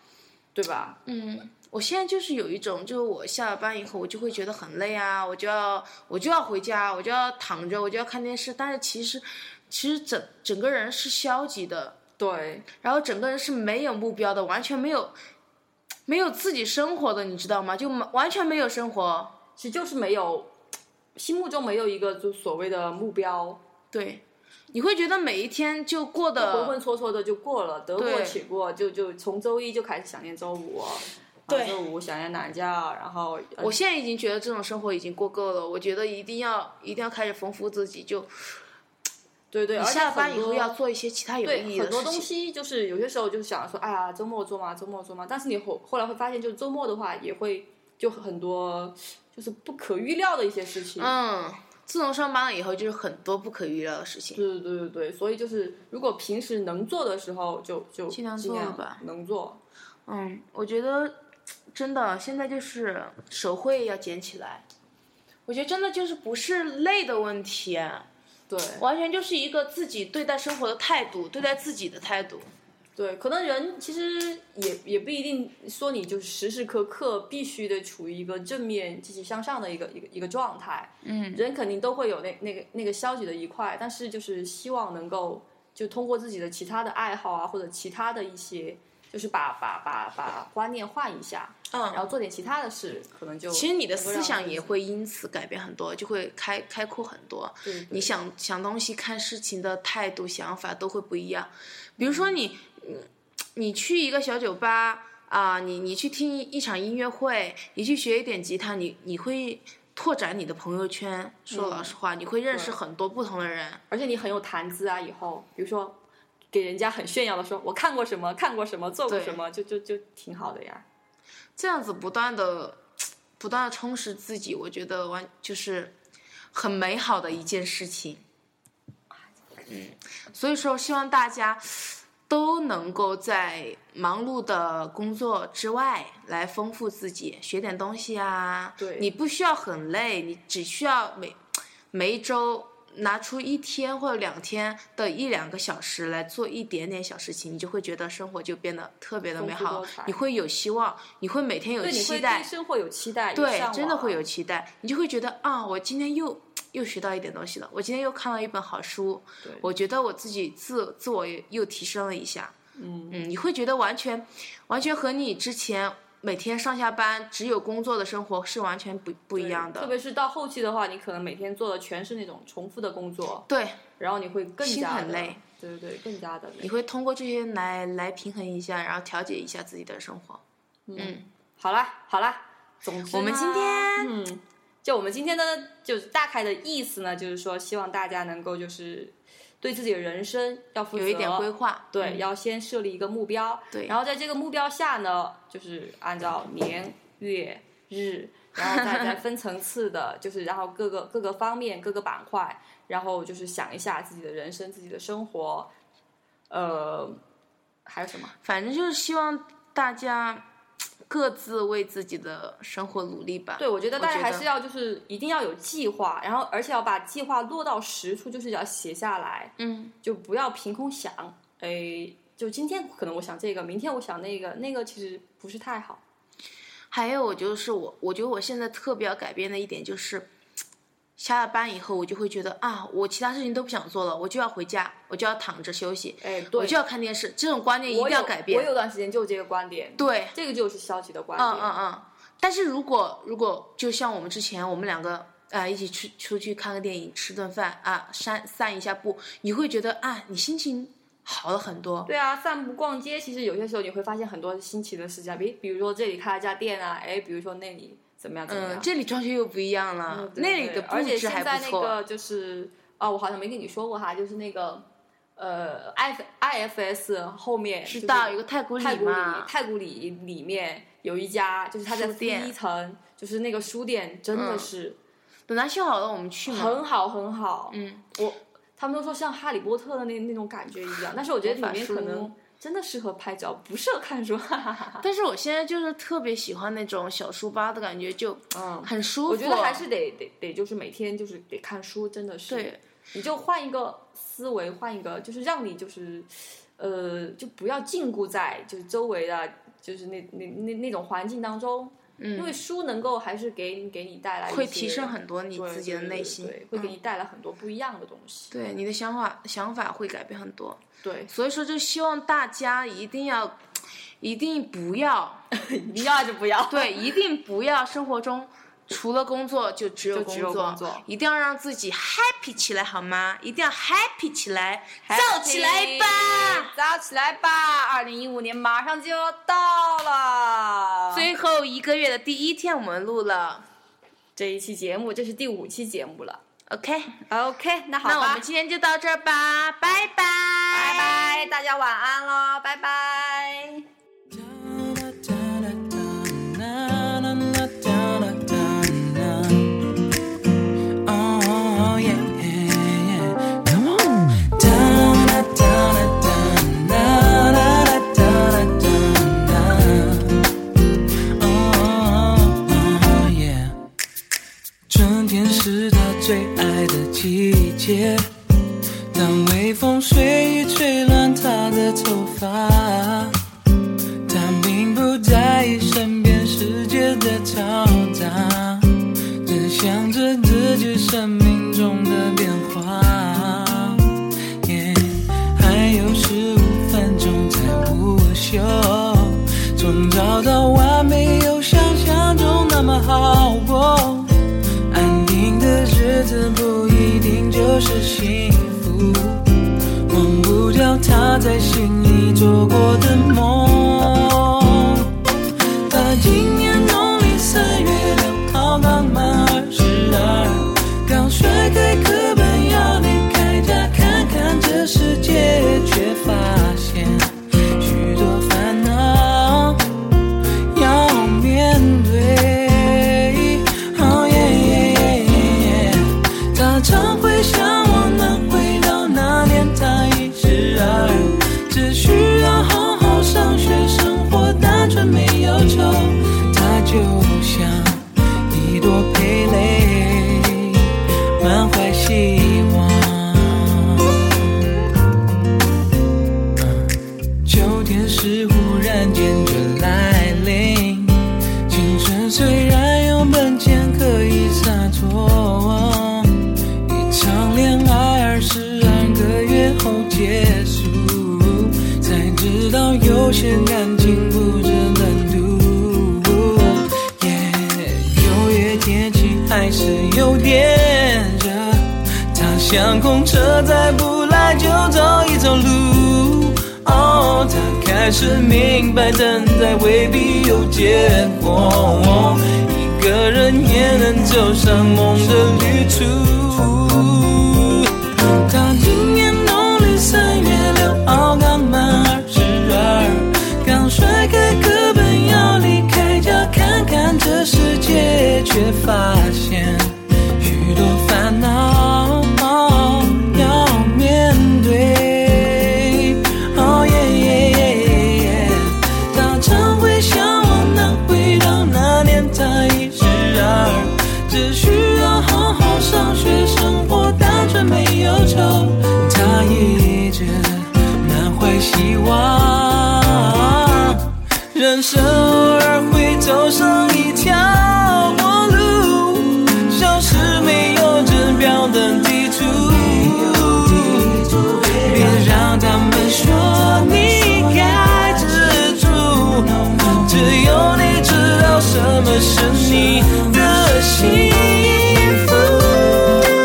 [SPEAKER 3] 对吧？
[SPEAKER 2] 嗯，我现在就是有一种，就是我下了班以后，我就会觉得很累啊，我就要我就要回家，我就要躺着，我就要看电视。但是其实，其实整整个人是消极的，
[SPEAKER 3] 对，
[SPEAKER 2] 然后整个人是没有目标的，完全没有没有自己生活的，你知道吗？就完全没有生活。
[SPEAKER 3] 其实就是没有心目中没有一个就所谓的目标，
[SPEAKER 2] 对，你会觉得每一天就过得
[SPEAKER 3] 浑浑搓搓的就过了，得过
[SPEAKER 2] 嗯对
[SPEAKER 3] 且过，就就从周一就开始想念周五，
[SPEAKER 2] 对
[SPEAKER 3] 然后周五想念懒觉，然后呃
[SPEAKER 2] 我现在已经觉得这种生活已经过够了，我觉得一定要一定要开始丰富自己，就
[SPEAKER 3] 对对，
[SPEAKER 2] 你
[SPEAKER 3] 而且
[SPEAKER 2] 下了班
[SPEAKER 3] 很
[SPEAKER 2] 以后
[SPEAKER 3] 多
[SPEAKER 2] 要做一些其他有
[SPEAKER 3] 对
[SPEAKER 2] 意义的
[SPEAKER 3] 很
[SPEAKER 2] 事情。
[SPEAKER 3] 多东西，就是有些时候就想说，哎呀，周末做嘛，周末做嘛。但是你后后来会发现，就是周末的话，也会就很多就是不可预料的一些事情。
[SPEAKER 2] 嗯，自从上班了以后，就是很多不可预料的事情。
[SPEAKER 3] 对对对对对，所以就是如果平时能做的时候就，就
[SPEAKER 2] 尽量做吧
[SPEAKER 3] 能做。
[SPEAKER 2] 嗯，我觉得真的现在就是手绘要捡起来。我觉得真的就是不是累的问题，
[SPEAKER 3] 对
[SPEAKER 2] 完全就是一个自己对待生活的态度，对待自己的态度。
[SPEAKER 3] 对，可能人其实也也不一定说你就时时刻刻必须得处于一个正面、积极向上的一个一个一个状态。
[SPEAKER 2] 嗯，
[SPEAKER 3] 人肯定都会有那那个那个消极的一块，但是就是希望能够就通过自己的其他的爱好啊，或者其他的一些，就是把把把把观念换一下，
[SPEAKER 2] 嗯
[SPEAKER 3] 然后做点其他的事，可能就
[SPEAKER 2] 其实你的
[SPEAKER 3] 能够
[SPEAKER 2] 思
[SPEAKER 3] 让
[SPEAKER 2] 想
[SPEAKER 3] 自己
[SPEAKER 2] 也会因此改变很多，就会开开阔很多。
[SPEAKER 3] 对
[SPEAKER 2] 你想想东西、看事情的态度、想法都会不一样。比如说你，嗯你去一个小酒吧啊、你你去听一场音乐会，你去学一点吉他，你你会拓展你的朋友圈。说老实话，你会认识
[SPEAKER 3] 嗯对
[SPEAKER 2] 很多不同的人。
[SPEAKER 3] 而且你很有谈资啊，以后比如说给人家很炫耀的说，我看过什么，看过什么，做过
[SPEAKER 2] 对
[SPEAKER 3] 什么，就就就挺好的呀。
[SPEAKER 2] 这样子不断的、不断的充实自己，我觉得完就是很美好的一件事情。嗯，所以说希望大家都能够在忙碌的工作之外来丰富自己，学点东西啊。
[SPEAKER 3] 对
[SPEAKER 2] 你不需要很累，你只需要每每一周。拿出一天或者两天的一两个小时来做一点点小事情，你就会觉得生活就变得特别的美
[SPEAKER 3] 丰富
[SPEAKER 2] 好
[SPEAKER 3] 多彩，
[SPEAKER 2] 你会有希望，你会每天有
[SPEAKER 3] 对，你会
[SPEAKER 2] 期
[SPEAKER 3] 对
[SPEAKER 2] 待，
[SPEAKER 3] 生活有期待，有
[SPEAKER 2] 对
[SPEAKER 3] 向，
[SPEAKER 2] 真的
[SPEAKER 3] 往啊
[SPEAKER 2] 会有期待，你就会觉得啊，我今天又又学到一点东西了，我今天又看了一本好书，
[SPEAKER 3] 对
[SPEAKER 2] 我觉得我自己自自我又又提升了一下，
[SPEAKER 3] 嗯
[SPEAKER 2] 嗯，你会觉得完全完全和你之前每天上下班只有工作的生活是完全不不一样
[SPEAKER 3] 特
[SPEAKER 2] 的，
[SPEAKER 3] 别是到后期的话，你可能每天做的全是那种重复的工作，
[SPEAKER 2] 对，
[SPEAKER 3] 然后你会更
[SPEAKER 2] 心
[SPEAKER 3] 加
[SPEAKER 2] 很
[SPEAKER 3] 的
[SPEAKER 2] 累，
[SPEAKER 3] 对对对，更加的
[SPEAKER 2] 你
[SPEAKER 3] 累。
[SPEAKER 2] 会通过这些来来平衡一下，然后调节一下自己的生活。
[SPEAKER 3] 好啦好啦，总之
[SPEAKER 2] 我们
[SPEAKER 3] 呢
[SPEAKER 2] 今天
[SPEAKER 3] 嗯，就我们今天呢，就是大概的意思呢，就是说希望大家能够就是对自己的人生要负责，
[SPEAKER 2] 有一点规划，
[SPEAKER 3] 对，
[SPEAKER 2] 嗯
[SPEAKER 3] 要先设立一个目标，
[SPEAKER 2] 对
[SPEAKER 3] 然后在这个目标下呢，就是按照年月日然后再再分层 次的，就是然后各个各个方面、各个板块，然后就是想一下自己的人生、自己的生活，呃，还有什么？
[SPEAKER 2] 反正就是希望大家各自为自己的生活努力吧。
[SPEAKER 3] 对，我觉得大
[SPEAKER 2] 我
[SPEAKER 3] 家
[SPEAKER 2] 觉
[SPEAKER 3] 还
[SPEAKER 2] 得
[SPEAKER 3] 是要就是一定要有计划，然后而且要把计划落到实处，就是要写下来，
[SPEAKER 2] 嗯，
[SPEAKER 3] 就不要凭空想，哎，就今天可能我想这个，明天我想那个，那个其实不是太好。
[SPEAKER 2] 还有我就是我，我觉得我现在特别要改变的一点就是，下了班以后我就会觉得啊，我其他事情都不想做了，我就要回家，我就要躺着休息，
[SPEAKER 3] 哎，
[SPEAKER 2] 我就要看电视，这种观念一定
[SPEAKER 3] 我
[SPEAKER 2] 要
[SPEAKER 3] 有
[SPEAKER 2] 改
[SPEAKER 3] 我
[SPEAKER 2] 变。
[SPEAKER 3] 有段时间就这个观点，
[SPEAKER 2] 对，
[SPEAKER 3] 这个就是消极的观点。
[SPEAKER 2] 嗯嗯嗯。但是如果如果就像我们之前我们两个啊、一起去出去看个电影，吃顿饭啊，散散一下步，你会觉得啊，你心情好了很多。
[SPEAKER 3] 对啊，散步、逛街，其实有些时候你会发现很多新奇的事情啊，比比如说这里开了家店啊，哎，比如说那里怎么样怎么
[SPEAKER 2] 嗯，
[SPEAKER 3] 样，
[SPEAKER 2] 这里装修又不一样了，
[SPEAKER 3] 啊嗯对
[SPEAKER 2] 那里
[SPEAKER 3] 对
[SPEAKER 2] 的
[SPEAKER 3] 而
[SPEAKER 2] 布
[SPEAKER 3] 且
[SPEAKER 2] 置
[SPEAKER 3] 现
[SPEAKER 2] 还
[SPEAKER 3] 在
[SPEAKER 2] 不
[SPEAKER 3] 那
[SPEAKER 2] 错。
[SPEAKER 3] 个就是啊，我好像没跟你说过哈，就是那个呃，I I F S 后面
[SPEAKER 2] 知
[SPEAKER 3] 就是
[SPEAKER 2] 道有个太古里
[SPEAKER 3] 太古里
[SPEAKER 2] 嘛，
[SPEAKER 3] 太古里里面有一家，就是它在
[SPEAKER 2] 书
[SPEAKER 3] 第
[SPEAKER 2] 店
[SPEAKER 3] 一层，就是那个书店真的是
[SPEAKER 2] 等它修好了我们去嘛。
[SPEAKER 3] 很好很好，
[SPEAKER 2] 嗯，
[SPEAKER 3] 我他们都说像哈利波特的那那种感觉一样，但是我觉得
[SPEAKER 2] 魔法
[SPEAKER 3] 里面
[SPEAKER 2] 书
[SPEAKER 3] 可能真的适合拍照，不适合看 书，哈哈哈哈。
[SPEAKER 2] 但是我现在就是特别喜欢那种小书包的感觉，就
[SPEAKER 3] 嗯，
[SPEAKER 2] 很舒服。
[SPEAKER 3] 我觉得还是得得得就是每天就是得看书，真的是。
[SPEAKER 2] 对，
[SPEAKER 3] 你就换一个思维，换一个，就是让你就是，呃，就不要禁锢在就是周围的，就是那那那那种环境当中，因为书能够还是给你给你带来一
[SPEAKER 2] 嗯会
[SPEAKER 3] 些
[SPEAKER 2] 提升很多你
[SPEAKER 3] 对
[SPEAKER 2] 自己的
[SPEAKER 3] 对对
[SPEAKER 2] 内心，
[SPEAKER 3] 对会给
[SPEAKER 2] 嗯
[SPEAKER 3] 你带来很多不一样的东西。
[SPEAKER 2] 对你的想法想法会改变很多。
[SPEAKER 3] 对，
[SPEAKER 2] 所以说，就希望大家一定要，一定不要，
[SPEAKER 3] 你要就不要。
[SPEAKER 2] 对，一定不要生活中除了工作就只有
[SPEAKER 3] 就
[SPEAKER 2] 工
[SPEAKER 3] 只有工作
[SPEAKER 2] 一定要让自己 happy 起来，好吗？一定要 happy 起来，燥起来吧！！
[SPEAKER 3] 燥哎起来吧！二零一五年马上就要到了，
[SPEAKER 2] 最后一个月的第一天，我们录了
[SPEAKER 3] 这一期节目，这是第五期节目了。
[SPEAKER 2] ，OK，
[SPEAKER 3] OK，那好吧，
[SPEAKER 2] 那我们今天就到这儿吧，拜拜，
[SPEAKER 3] 拜
[SPEAKER 2] 拜。
[SPEAKER 3] 拜，大家晚安喽，拜拜。
[SPEAKER 1] Oh yeah, yeah, come on. Da da da da da da da da. Oh yeah. 春天是他最爱的季节，当微风随意吹乱他的头发。他并不在意身边世界的嘈杂，只想着自己生命中的变化。Yeah，还有十五分钟才午休，从早到晚没有想象中那么好过。安定的日子不一定就是幸福。忘不掉他在心里做过的梦。他今年农历四月六号刚满二十二，刚甩开课本要离开家看看这世界，却发现许多烦恼要面对。Oh yeah yeah yeah yeah。他常会向往能回到那年他一十二，只需要好好上学，生活单纯没忧愁，他就像一朵蓓蕾，满怀希望。秋天是忽然间就来临，青春虽然有本钱可以洒脱，一场恋爱二十二个月后结束，才知道有些感情不值得赌。Yeah，九月天气还是有点热，他想公车再不来就走一走路。哦，他开始明白等待未必有结果，哦一个人也能走上梦的旅途。他今年农历三月六号刚满二十二，刚甩开课本要离开家看看这世界，却却发现许多烦恼要面对。哦耶耶耶耶耶！他常会向往能回到那年他一十二，只需要好好上学，生活单纯没忧愁。他一直满怀希望。人生偶尔会走上一条陌路，像是没有指标的地图。别让他们说你该知足，只有你知道什么是你的幸福。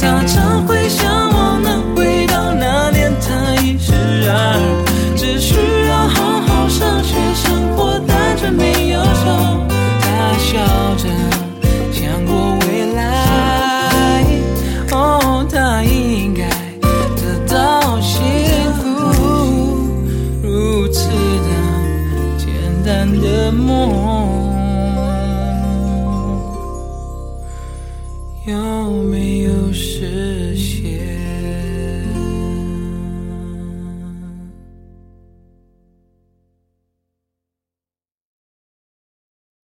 [SPEAKER 1] 他常会向往能回到那年他一十二，只需要好好上学，生活单纯没忧愁。他笑着想过未来，哦，他应该得到幸福，如此的简单的梦。有没有时